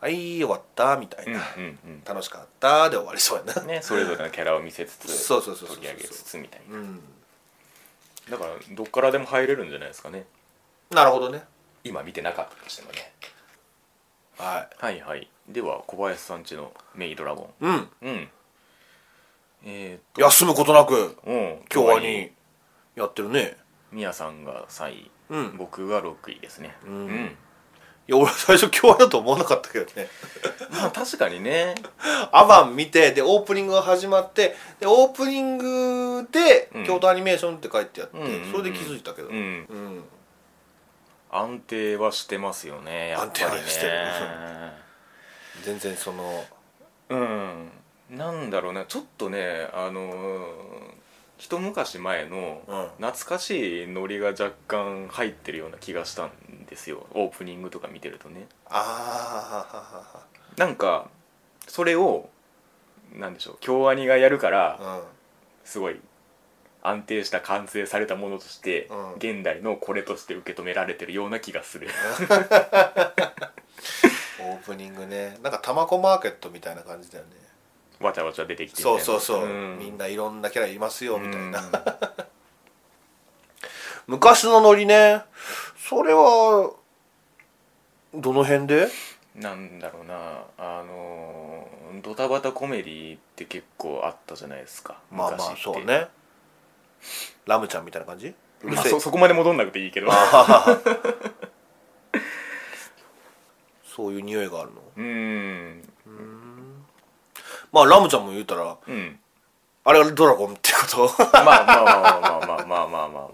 [SPEAKER 2] はい終わったみたい
[SPEAKER 1] うん
[SPEAKER 2] な、
[SPEAKER 1] うん
[SPEAKER 2] 楽しかったで終わりそうやな
[SPEAKER 1] うんねそれぞれのキャラを見せつつ
[SPEAKER 2] そうそうそうそうそう
[SPEAKER 1] 取り上げつつみたいな
[SPEAKER 2] うん
[SPEAKER 1] だからどっからでも入れるんじゃないですかね
[SPEAKER 2] なるほどね
[SPEAKER 1] 今見てなかったとしてもね
[SPEAKER 2] はい
[SPEAKER 1] はいはいでは小林さんちのメイドラゴ
[SPEAKER 2] うん
[SPEAKER 1] ンうんえー、
[SPEAKER 2] 休むことなく
[SPEAKER 1] とうん
[SPEAKER 2] 今日はにやってるね
[SPEAKER 1] みやさんが3位、
[SPEAKER 2] うん
[SPEAKER 1] 僕が6位ですねうん
[SPEAKER 2] いや俺は最初今日だと思わなかったけどね
[SPEAKER 1] まあ確かにね
[SPEAKER 2] アバン見てでオープニングが始まってでオープニングで
[SPEAKER 1] うん
[SPEAKER 2] 京都アニメーションって書いてあって、
[SPEAKER 1] うんうんうん
[SPEAKER 2] それで気づいたけど
[SPEAKER 1] うん
[SPEAKER 2] うん
[SPEAKER 1] 安定はしてますよねやっぱりね
[SPEAKER 2] 安定はして全然その
[SPEAKER 1] うんなんだろうなちょっとねあのー一昔前の
[SPEAKER 2] うん
[SPEAKER 1] 懐かしいノリが若干入ってるような気がしたんですよオープニングとか見てるとね
[SPEAKER 2] あ
[SPEAKER 1] なんかそれをなんでしょう京アニがやるから
[SPEAKER 2] あ
[SPEAKER 1] すごい安定した完成されたものとして、
[SPEAKER 2] うん
[SPEAKER 1] 現代のこれとして受け止められてるような気がす
[SPEAKER 2] [laughs]
[SPEAKER 1] る
[SPEAKER 2] うんオープニングねなんか玉子マーケットみたいな感じだよね
[SPEAKER 1] わちゃわちゃ出てきてみたい
[SPEAKER 2] そう
[SPEAKER 1] な
[SPEAKER 2] そうそう、
[SPEAKER 1] ん
[SPEAKER 2] みんないろんなキャラいますよみたいな、
[SPEAKER 1] うん
[SPEAKER 2] 昔のノリねそれはどの辺で
[SPEAKER 1] なんだろうなあのードタバタコメディって結構あったじゃないですか
[SPEAKER 2] まあまあ
[SPEAKER 1] 昔って
[SPEAKER 2] そうねラムちゃんみたいな感じうる
[SPEAKER 1] まあ、
[SPEAKER 2] せえ
[SPEAKER 1] そそこまで戻んなくていいけど
[SPEAKER 2] あーそういう匂いがあるの
[SPEAKER 1] うーん
[SPEAKER 2] まあラムちゃんも言うたら
[SPEAKER 1] うん
[SPEAKER 2] あれがドラゴンって
[SPEAKER 1] [laughs]
[SPEAKER 2] こ
[SPEAKER 1] まあまあまあまあまあまあまあまあまあ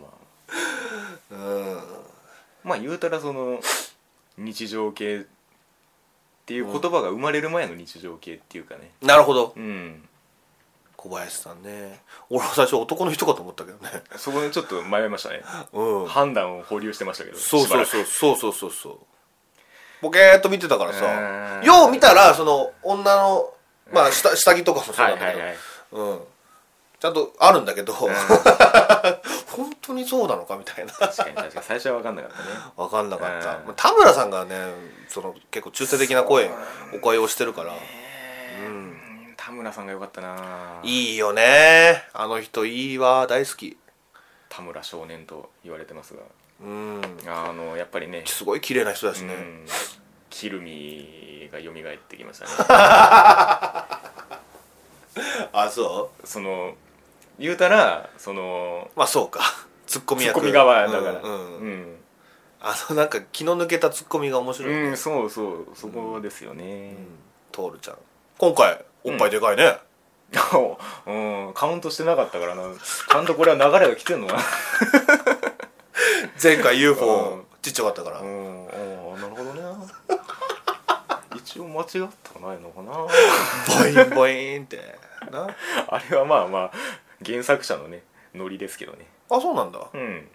[SPEAKER 2] とうん
[SPEAKER 1] まあ言うたらその日常系っていう言葉が生まれる前の日常系っていうかね
[SPEAKER 2] なるほど
[SPEAKER 1] うん
[SPEAKER 2] 小林さんね俺は最初男の人かと思ったけどね
[SPEAKER 1] そこでちょっと迷いましたね
[SPEAKER 2] うん
[SPEAKER 1] 判断を保留してましたけど
[SPEAKER 2] そう
[SPEAKER 1] しば
[SPEAKER 2] そ
[SPEAKER 1] ら
[SPEAKER 2] う
[SPEAKER 1] く
[SPEAKER 2] そうそうそうそうそうボケーっと見てたからさ
[SPEAKER 1] うん
[SPEAKER 2] よう見たらその女のまあ下下着とかもそう
[SPEAKER 1] は
[SPEAKER 2] ないんだ
[SPEAKER 1] は
[SPEAKER 2] け
[SPEAKER 1] い
[SPEAKER 2] ど、
[SPEAKER 1] はい
[SPEAKER 2] うんちゃんとあるんだけど、 [laughs] 本当にそうなのかみたいな
[SPEAKER 1] 確かに確かに最初は分かんなかったね
[SPEAKER 2] 分かんなかった、
[SPEAKER 1] うん
[SPEAKER 2] まあ田村さんがねその結構中性的な声お声をしてるから、うん、
[SPEAKER 1] うん田村さんが良かったない
[SPEAKER 2] いよねあの人いいわ大好き
[SPEAKER 1] 田村少年と言われてますが
[SPEAKER 2] うん
[SPEAKER 1] あのやっぱりね
[SPEAKER 2] すごい綺麗な人だし
[SPEAKER 1] う
[SPEAKER 2] ね、
[SPEAKER 1] んキルミが蘇ってきましたね
[SPEAKER 2] あそ
[SPEAKER 1] その言うたらその
[SPEAKER 2] うまあそうかツッコミ
[SPEAKER 1] ツッ
[SPEAKER 2] 役
[SPEAKER 1] コミ側だから
[SPEAKER 2] うんうん
[SPEAKER 1] うん
[SPEAKER 2] あのなんか気の抜けたツッコミが面白い、ね
[SPEAKER 1] うんそうそうそこですよね
[SPEAKER 2] トールちゃん今回おっぱいでかいね、
[SPEAKER 1] [laughs] うんカウントしてなかったからなちゃんとこれは流れが来てんのかな
[SPEAKER 2] 前回 UFO、
[SPEAKER 1] うん
[SPEAKER 2] ちっちゃかったから、
[SPEAKER 1] うんうんなるほどね [laughs] 一応間違ってはないのかな
[SPEAKER 2] ボインボインってな
[SPEAKER 1] あれはまあまあ原作者のねノリですけどね
[SPEAKER 2] あそうなんだ
[SPEAKER 1] うん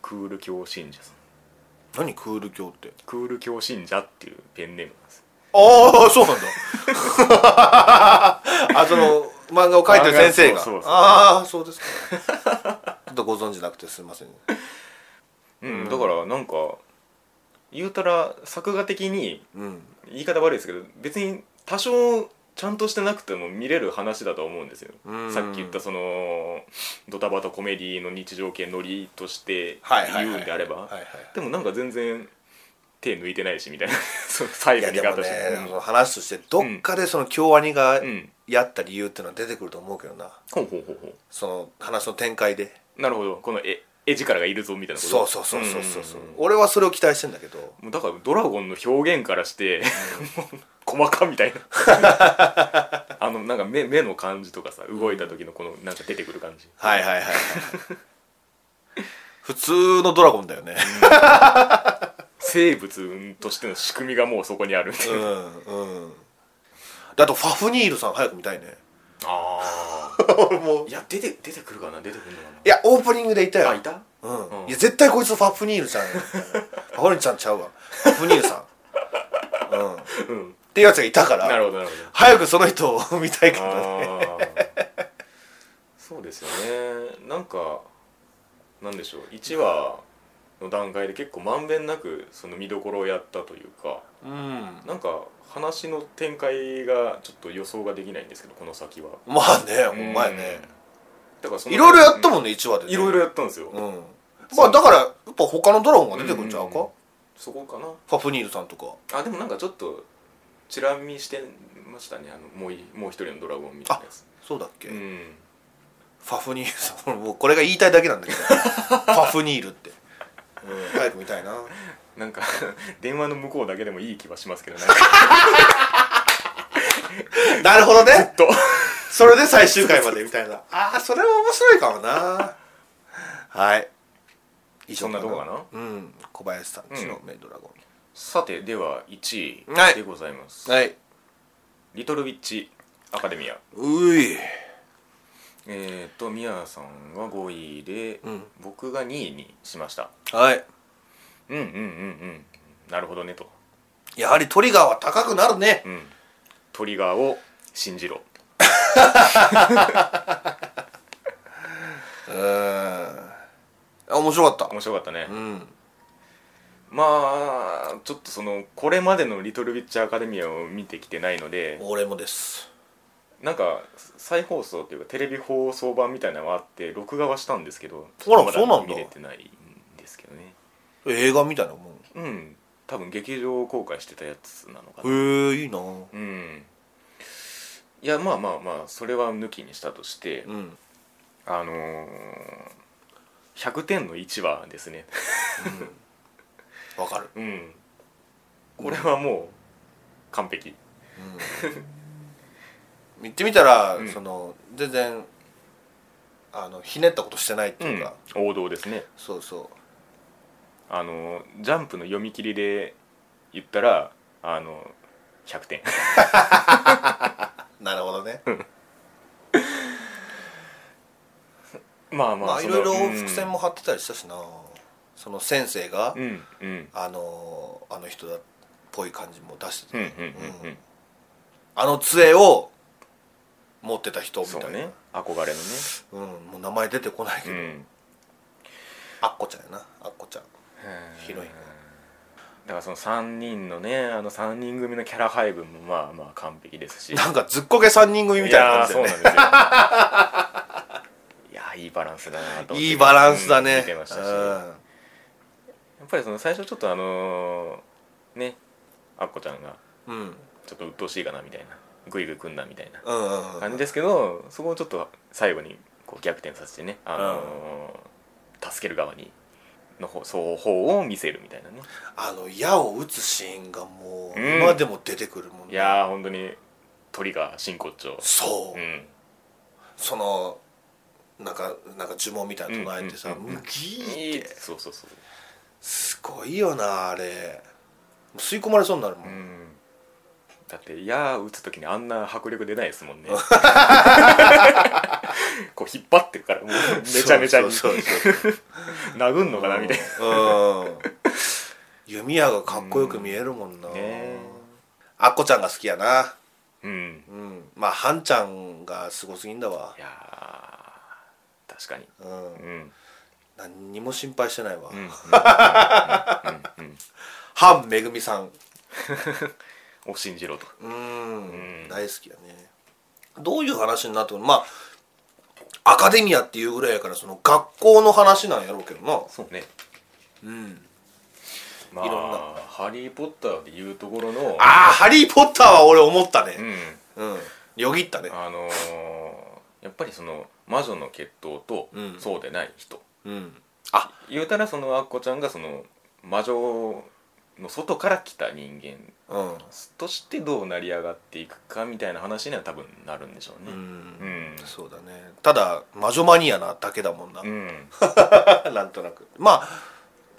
[SPEAKER 1] クール教信者さん
[SPEAKER 2] 何クール教って
[SPEAKER 1] クール教信者っていうペンネームなんです
[SPEAKER 2] ああそうなんだ [laughs] あその漫画を描いてる先生が
[SPEAKER 1] 漫画そうそうそう
[SPEAKER 2] ああそうですか [laughs] ちょっとご存知なくてすいません
[SPEAKER 1] うん、だからなんか言うたら作画的に
[SPEAKER 2] うん
[SPEAKER 1] 言い方悪いですけど別に多少ちゃんとしてなくても見れる話だと思うんですよ
[SPEAKER 2] うん
[SPEAKER 1] さっき言ったそのドタバタコメディの日常系ノリとして
[SPEAKER 2] はいはいはい
[SPEAKER 1] 言うんであれば、
[SPEAKER 2] はいはい
[SPEAKER 1] でもなんか全然手抜いてないしみ [laughs] たいなそう最
[SPEAKER 2] い
[SPEAKER 1] 後
[SPEAKER 2] や
[SPEAKER 1] に
[SPEAKER 2] で
[SPEAKER 1] 味方
[SPEAKER 2] もね
[SPEAKER 1] して
[SPEAKER 2] その話としてどっかでその京アニが
[SPEAKER 1] うん
[SPEAKER 2] やった理由っていうのは出てくると思うけどな
[SPEAKER 1] ほうほうほうほ
[SPEAKER 2] その話の展開で
[SPEAKER 1] うなるほどこの絵絵力がいるぞみたいなこと
[SPEAKER 2] そうそうそうそうそうそう、
[SPEAKER 1] んんん
[SPEAKER 2] 俺はそれを期待してんだけど
[SPEAKER 1] もうだからドラゴンの表現からしてもう [laughs] 細かみたいなあのなんか目目の感じとかさ動いた時のこのなんか出てくる感じ
[SPEAKER 2] はいはいはい [laughs] はい普通のドラゴンだよね
[SPEAKER 1] 生物としての仕組みがもうそこにあるみ [laughs] たいな、
[SPEAKER 2] うんうんであとファフニールさん早く見たいね
[SPEAKER 1] あ
[SPEAKER 2] もう
[SPEAKER 1] あいや出て出てくるかな出てくるのか
[SPEAKER 2] いやオープニングでいた
[SPEAKER 1] な
[SPEAKER 2] よ
[SPEAKER 1] あいた
[SPEAKER 2] うん
[SPEAKER 1] うん
[SPEAKER 2] いや絶対こいつファフニールさん
[SPEAKER 1] [laughs]
[SPEAKER 2] やファフニールさんちゃうわファフニールさん、うん、っ
[SPEAKER 1] うん
[SPEAKER 2] ていうやつがいたから
[SPEAKER 1] なるほどなるほど
[SPEAKER 2] 早くその人を見たいからね
[SPEAKER 1] あーそうですよねなんかなんでしょう1話の段階で結構まんべんなくその見どころをやったというか
[SPEAKER 2] うん
[SPEAKER 1] なんか話の展開がちょっと予想ができないんですけどこの先は
[SPEAKER 2] まあねほんまやね
[SPEAKER 1] だからその
[SPEAKER 2] いろいろやったもんね1話で、ね、
[SPEAKER 1] いろいろやったんですよ、
[SPEAKER 2] うんまあだからやっぱ他のドラゴンが出てくるんちゃうか、
[SPEAKER 1] うんそこかな
[SPEAKER 2] ファフニールさんとか
[SPEAKER 1] あでもなんかちょっとチラ見してましたねあのもういもう一人のドラゴンみたいなやつ
[SPEAKER 2] そうだっけ、
[SPEAKER 1] う
[SPEAKER 2] フ
[SPEAKER 1] ん
[SPEAKER 2] ァフニールさん [laughs] もうこれが言いたいだ
[SPEAKER 1] [laughs]
[SPEAKER 2] けなんだけどファフニールって、うん、早く見たいな
[SPEAKER 1] なんか [laughs] 電話の向こうだけでもいい気はしますけどね
[SPEAKER 2] [laughs] なるほどね
[SPEAKER 1] と
[SPEAKER 2] それで最終回までみたいなああそれは面白いかもなはい以
[SPEAKER 1] そんなとこかな
[SPEAKER 2] うん小林さんちのメイドラゴ
[SPEAKER 1] さてでは1
[SPEAKER 2] はい
[SPEAKER 1] 位でございます、
[SPEAKER 2] ン、はい
[SPEAKER 1] リトルウィッチアカデミア
[SPEAKER 2] うい
[SPEAKER 1] えっ、ー、とミヤさんが5位で、
[SPEAKER 2] うん
[SPEAKER 1] 僕が2位にしました
[SPEAKER 2] はい
[SPEAKER 1] うんうんうんうんなるほどねと、
[SPEAKER 2] やはりトリガーは高くなるね
[SPEAKER 1] うん、トリガーを信じろ
[SPEAKER 2] うーん面白かっ
[SPEAKER 1] 面白かったね、
[SPEAKER 2] たうん
[SPEAKER 1] まあちょっとそのこれまでの「リトル・ウィッチ・アカデミア」を見てきてないので
[SPEAKER 2] 俺もです
[SPEAKER 1] なんか再放送というかテレビ放送版みたいなのがあって録画はしたんですけど
[SPEAKER 2] あら
[SPEAKER 1] ま
[SPEAKER 2] そうなんだ
[SPEAKER 1] 見れてないんですけどね
[SPEAKER 2] 映画みたいなもん
[SPEAKER 1] うん多分劇場公開してたやつなのかな
[SPEAKER 2] へえいいな
[SPEAKER 1] うんいやまあまあまあそれは抜きにしたとして
[SPEAKER 2] うん
[SPEAKER 1] あのー、100点の1話ですね
[SPEAKER 2] わかる、
[SPEAKER 1] うんこれはもう完璧
[SPEAKER 2] うん、言ってみたら、
[SPEAKER 1] うん
[SPEAKER 2] その全然あのひねったことしてないっていうか、
[SPEAKER 1] 王道ですね
[SPEAKER 2] そうそう
[SPEAKER 1] あのジャンプの読み切りで言ったらあの100点
[SPEAKER 2] なるほどね
[SPEAKER 1] [laughs] まあまあ
[SPEAKER 2] まあい
[SPEAKER 1] その
[SPEAKER 2] ろいろ伏線も張ってたりしたしな、その先生が、
[SPEAKER 1] うんうん
[SPEAKER 2] あのーあの人だっぽい感じも出して
[SPEAKER 1] う
[SPEAKER 2] て、
[SPEAKER 1] んうん
[SPEAKER 2] ね
[SPEAKER 1] うんうん
[SPEAKER 2] あの杖を持ってた人みたい
[SPEAKER 1] そ
[SPEAKER 2] な
[SPEAKER 1] うね憧れのね
[SPEAKER 2] うん、もう名前出てこないけ
[SPEAKER 1] う
[SPEAKER 2] ど、
[SPEAKER 1] ん
[SPEAKER 2] あっこちゃんやなあっこちゃんヒロイン
[SPEAKER 1] だからその3人のねあの3人組のキャラ配分もまあまあ完璧です [laughs] し
[SPEAKER 2] なんかずっこけ3人組みたいな感
[SPEAKER 1] [laughs] い
[SPEAKER 2] じだよ
[SPEAKER 1] やーそうなんで
[SPEAKER 2] ね
[SPEAKER 1] すよいやーいいバランスだなと思って
[SPEAKER 2] いいバランスだ
[SPEAKER 1] うん
[SPEAKER 2] ね
[SPEAKER 1] 見てましたしや
[SPEAKER 2] う
[SPEAKER 1] っぱりその最初ちょっとあのーねあっこちゃんが
[SPEAKER 2] んうん
[SPEAKER 1] ちょっと鬱陶しいかなみたいなグイグイ組んだみたいな
[SPEAKER 2] うんうんうん
[SPEAKER 1] 感じですけどそこをちょっと最後にこう逆転させてね、あのー助ける側にの方双方を見せるみたいなね
[SPEAKER 2] あの矢を打つシーンがもう
[SPEAKER 1] うん
[SPEAKER 2] 今でも出てくるもん
[SPEAKER 1] いやー本当に鳥が真骨頂
[SPEAKER 2] そう、
[SPEAKER 1] うん
[SPEAKER 2] そのなんかなんか呪文みたいなの唱えてさ
[SPEAKER 1] うん
[SPEAKER 2] 「
[SPEAKER 1] うん
[SPEAKER 2] むぎーって
[SPEAKER 1] そうそうそう
[SPEAKER 2] すごいよなあれ吸い込まれそうになるも、
[SPEAKER 1] うんんだっていやー打つ時にあんな迫力出ないですも
[SPEAKER 2] [laughs]
[SPEAKER 1] んねこう引っ張ってるからもうめちゃめちゃに
[SPEAKER 2] そうそうそう
[SPEAKER 1] 殴んのかなみたいな
[SPEAKER 2] うん弓矢がかっこよく見えるもんな、
[SPEAKER 1] うんね
[SPEAKER 2] あっこちゃんが好きやな
[SPEAKER 1] うん
[SPEAKER 2] うんまあハンちゃんがすごすぎんだわ
[SPEAKER 1] いやー確かに
[SPEAKER 2] うん
[SPEAKER 1] うん
[SPEAKER 2] 何にも心配してないわ、
[SPEAKER 1] うん
[SPEAKER 2] [laughs]
[SPEAKER 1] うんうんうん
[SPEAKER 2] ハンめぐみさん
[SPEAKER 1] を信じろと
[SPEAKER 2] うん
[SPEAKER 1] うん
[SPEAKER 2] 大好きだねどういう話になってくるまあアカデミアっていうぐらいやからその学校の話なんやろうけどな
[SPEAKER 1] そうね
[SPEAKER 2] うん
[SPEAKER 1] まあ
[SPEAKER 2] いろんな
[SPEAKER 1] 「ハリー・ポッター」でいうところの
[SPEAKER 2] ああ「ハリー・ポッター」は俺思った
[SPEAKER 1] う
[SPEAKER 2] ね
[SPEAKER 1] ん
[SPEAKER 2] うん、よぎったね
[SPEAKER 1] あのーやっぱりその魔女の血統と
[SPEAKER 2] うん
[SPEAKER 1] そうでない人
[SPEAKER 2] うんあ
[SPEAKER 1] 言うたらそのアッコちゃんがその魔女の外から来た人間
[SPEAKER 2] うん
[SPEAKER 1] としてどう成り上がっていくかみたいな話には多分なるんでしょう
[SPEAKER 2] う
[SPEAKER 1] ねうんん
[SPEAKER 2] そうだねただ魔女マニアなだけだもんな
[SPEAKER 1] うん
[SPEAKER 2] [laughs] なんとなくまあ、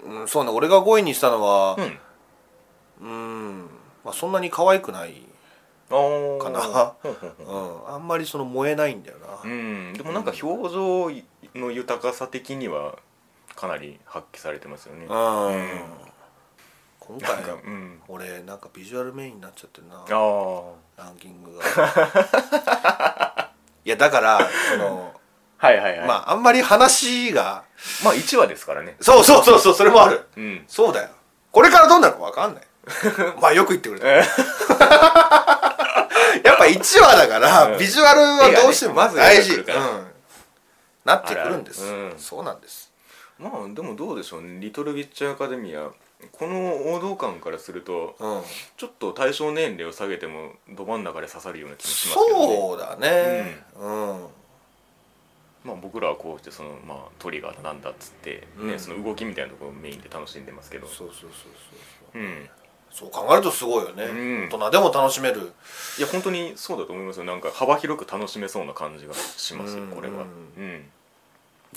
[SPEAKER 2] うん、そうね俺が5位にしたのは
[SPEAKER 1] うん
[SPEAKER 2] うん、まあ、そんなに可愛くない、
[SPEAKER 1] あー
[SPEAKER 2] かな
[SPEAKER 1] ふんふんふん
[SPEAKER 2] うん、あんまりその燃えないんだよな、
[SPEAKER 1] うんでもなんか表情の豊かさ的にはかなり発揮されてますよね
[SPEAKER 2] うん
[SPEAKER 1] うんな
[SPEAKER 2] 今回
[SPEAKER 1] んか
[SPEAKER 2] が
[SPEAKER 1] うん
[SPEAKER 2] 俺なんかビジュアルメインになっちゃってるな
[SPEAKER 1] ああ
[SPEAKER 2] ランキングが [laughs] いやだからその
[SPEAKER 1] はいはいはい
[SPEAKER 2] まああんまり話が
[SPEAKER 1] まあ1話ですからね
[SPEAKER 2] そうそうそうそうそれもある
[SPEAKER 1] うん
[SPEAKER 2] そうだよこれからどうなるか分か
[SPEAKER 1] [laughs]
[SPEAKER 2] んないまあよく言ってくれた [laughs] やっぱ1話だから、
[SPEAKER 1] うん
[SPEAKER 2] ビジュアルはどうしても
[SPEAKER 1] 絵がね
[SPEAKER 2] 大事、
[SPEAKER 1] まず絵が来るから
[SPEAKER 2] うん、なってくるんです
[SPEAKER 1] あるあるうん
[SPEAKER 2] そうなんです
[SPEAKER 1] まあでもどうでしょうね「リトル・ウィッチ・アカデミア」この王道感からすると
[SPEAKER 2] うん
[SPEAKER 1] ちょっと対象年齢を下げてもど真ん中で刺さるような気もしますけど、ね、
[SPEAKER 2] そうだねうん、
[SPEAKER 1] まあ僕らはこうしてその、まあ、トリガーだなんだっつって、ね
[SPEAKER 2] うん
[SPEAKER 1] その動きみたいなところをメインで楽しんでますけど
[SPEAKER 2] そうそうそうそうそう
[SPEAKER 1] うん
[SPEAKER 2] そう考えるとすごいよね、
[SPEAKER 1] うん
[SPEAKER 2] 大人でも楽しめる
[SPEAKER 1] いや本当にそうだと思いますよなんか幅広く楽しめそうな感じがしますよ
[SPEAKER 2] うん
[SPEAKER 1] これは
[SPEAKER 2] う
[SPEAKER 1] うん、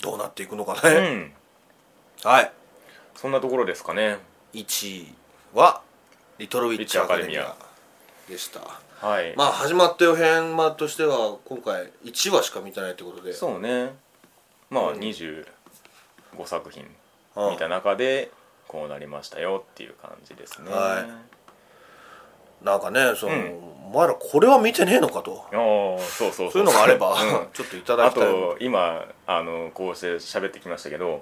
[SPEAKER 2] どうなっていくのか
[SPEAKER 1] う
[SPEAKER 2] ね、
[SPEAKER 1] ん、
[SPEAKER 2] はい
[SPEAKER 1] そんなところですかね
[SPEAKER 2] 1位は「リトルウィッチ
[SPEAKER 1] ウィ
[SPEAKER 2] ア
[SPEAKER 1] ッチアカ
[SPEAKER 2] カデ
[SPEAKER 1] デ
[SPEAKER 2] ミ
[SPEAKER 1] ミ
[SPEAKER 2] ア
[SPEAKER 1] ア」
[SPEAKER 2] でした
[SPEAKER 1] はい、
[SPEAKER 2] まあ始まったよ編まあとしては今回1話しか見てないってことで
[SPEAKER 1] そうねまあ
[SPEAKER 2] うん
[SPEAKER 1] 25作品
[SPEAKER 2] うん
[SPEAKER 1] 見た中でこうなりましたよっていう感じですね
[SPEAKER 2] はいなんかねその、
[SPEAKER 1] うん
[SPEAKER 2] お前らこれは見てねえのかと
[SPEAKER 1] ああそうそう
[SPEAKER 2] そういうのがあれば、
[SPEAKER 1] うん
[SPEAKER 2] ちょっといただ
[SPEAKER 1] あ
[SPEAKER 2] きたい
[SPEAKER 1] と今あのこうして喋ってきましたけど
[SPEAKER 2] うん、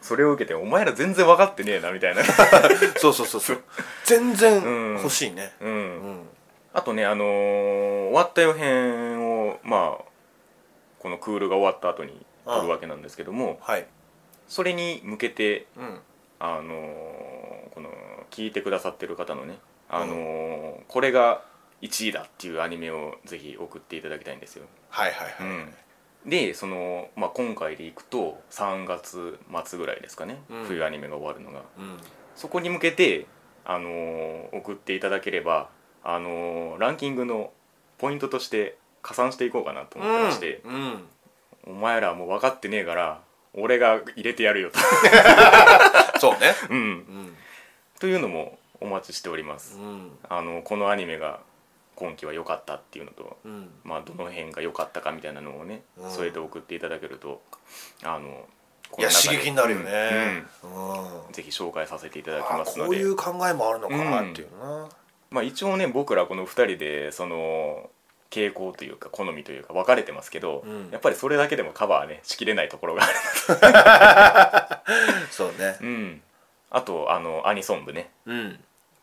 [SPEAKER 1] それを受けてお前ら全然分かってねえなみたい
[SPEAKER 2] [laughs]
[SPEAKER 1] な
[SPEAKER 2] そうそうそうそう全然
[SPEAKER 1] うん
[SPEAKER 2] 欲しいね
[SPEAKER 1] う
[SPEAKER 2] うんん
[SPEAKER 1] あとねあのー終わったよ編をまあこのクールが終わった後に撮るわけなんですけども
[SPEAKER 2] はい
[SPEAKER 1] それに向けて
[SPEAKER 2] うん
[SPEAKER 1] あのーこの聞いてくださってる方のね、あのーこれが1位だっていうアニメをぜひ送っていただきたいんですよ。
[SPEAKER 2] はいはいはい、
[SPEAKER 1] でその、まあ、今回でいくと3月末ぐらいですかね、
[SPEAKER 2] うん
[SPEAKER 1] 冬アニメが終わるのが
[SPEAKER 2] うん
[SPEAKER 1] そこに向けて、あのー送っていただければ、あのーランキングのポイントとして加算していこうかなと思ってまして、
[SPEAKER 2] うんうん
[SPEAKER 1] お前らもう分かってねえから俺が入れてやるよと、
[SPEAKER 2] そうね
[SPEAKER 1] うん、
[SPEAKER 2] うん
[SPEAKER 1] というのもお待ちしております。
[SPEAKER 2] うん
[SPEAKER 1] あのこのアニメが今期は良かったっていうのと、
[SPEAKER 2] うん
[SPEAKER 1] まあ、どの辺が良かったかみたいなのをね、
[SPEAKER 2] うん
[SPEAKER 1] 添えて送っていただけるとあの
[SPEAKER 2] いや
[SPEAKER 1] この中
[SPEAKER 2] 刺激になるよね
[SPEAKER 1] うん
[SPEAKER 2] うん、
[SPEAKER 1] うんぜひ紹介させていただき
[SPEAKER 2] あ
[SPEAKER 1] ますの
[SPEAKER 2] こう
[SPEAKER 1] で
[SPEAKER 2] いう考えもあるのかなっていうな、
[SPEAKER 1] まあ、一応ね僕らこの2人でその傾向というか好みというか分かれてますけど、
[SPEAKER 2] うん
[SPEAKER 1] やっぱりそれだけでもカバーねしきれないところがある、
[SPEAKER 2] そうね
[SPEAKER 1] うん、あとあのアニソン部ね
[SPEAKER 2] うん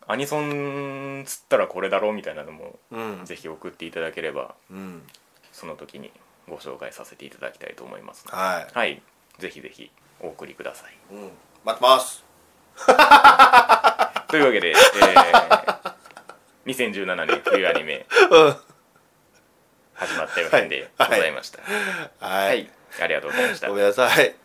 [SPEAKER 1] アニソンつったらこれだろうみたいなのも
[SPEAKER 2] うん
[SPEAKER 1] ぜひ送っていただければ
[SPEAKER 2] うん
[SPEAKER 1] その時にご紹介させていただきたいと思いますので
[SPEAKER 2] はい
[SPEAKER 1] はいぜひぜひお送りください
[SPEAKER 2] うん、待って [laughs] ます
[SPEAKER 1] というわけで、えー、2017年冬アニメ始まったよ編でございました、
[SPEAKER 2] はい、
[SPEAKER 1] はい、ありがとうございました
[SPEAKER 2] ごめんなさい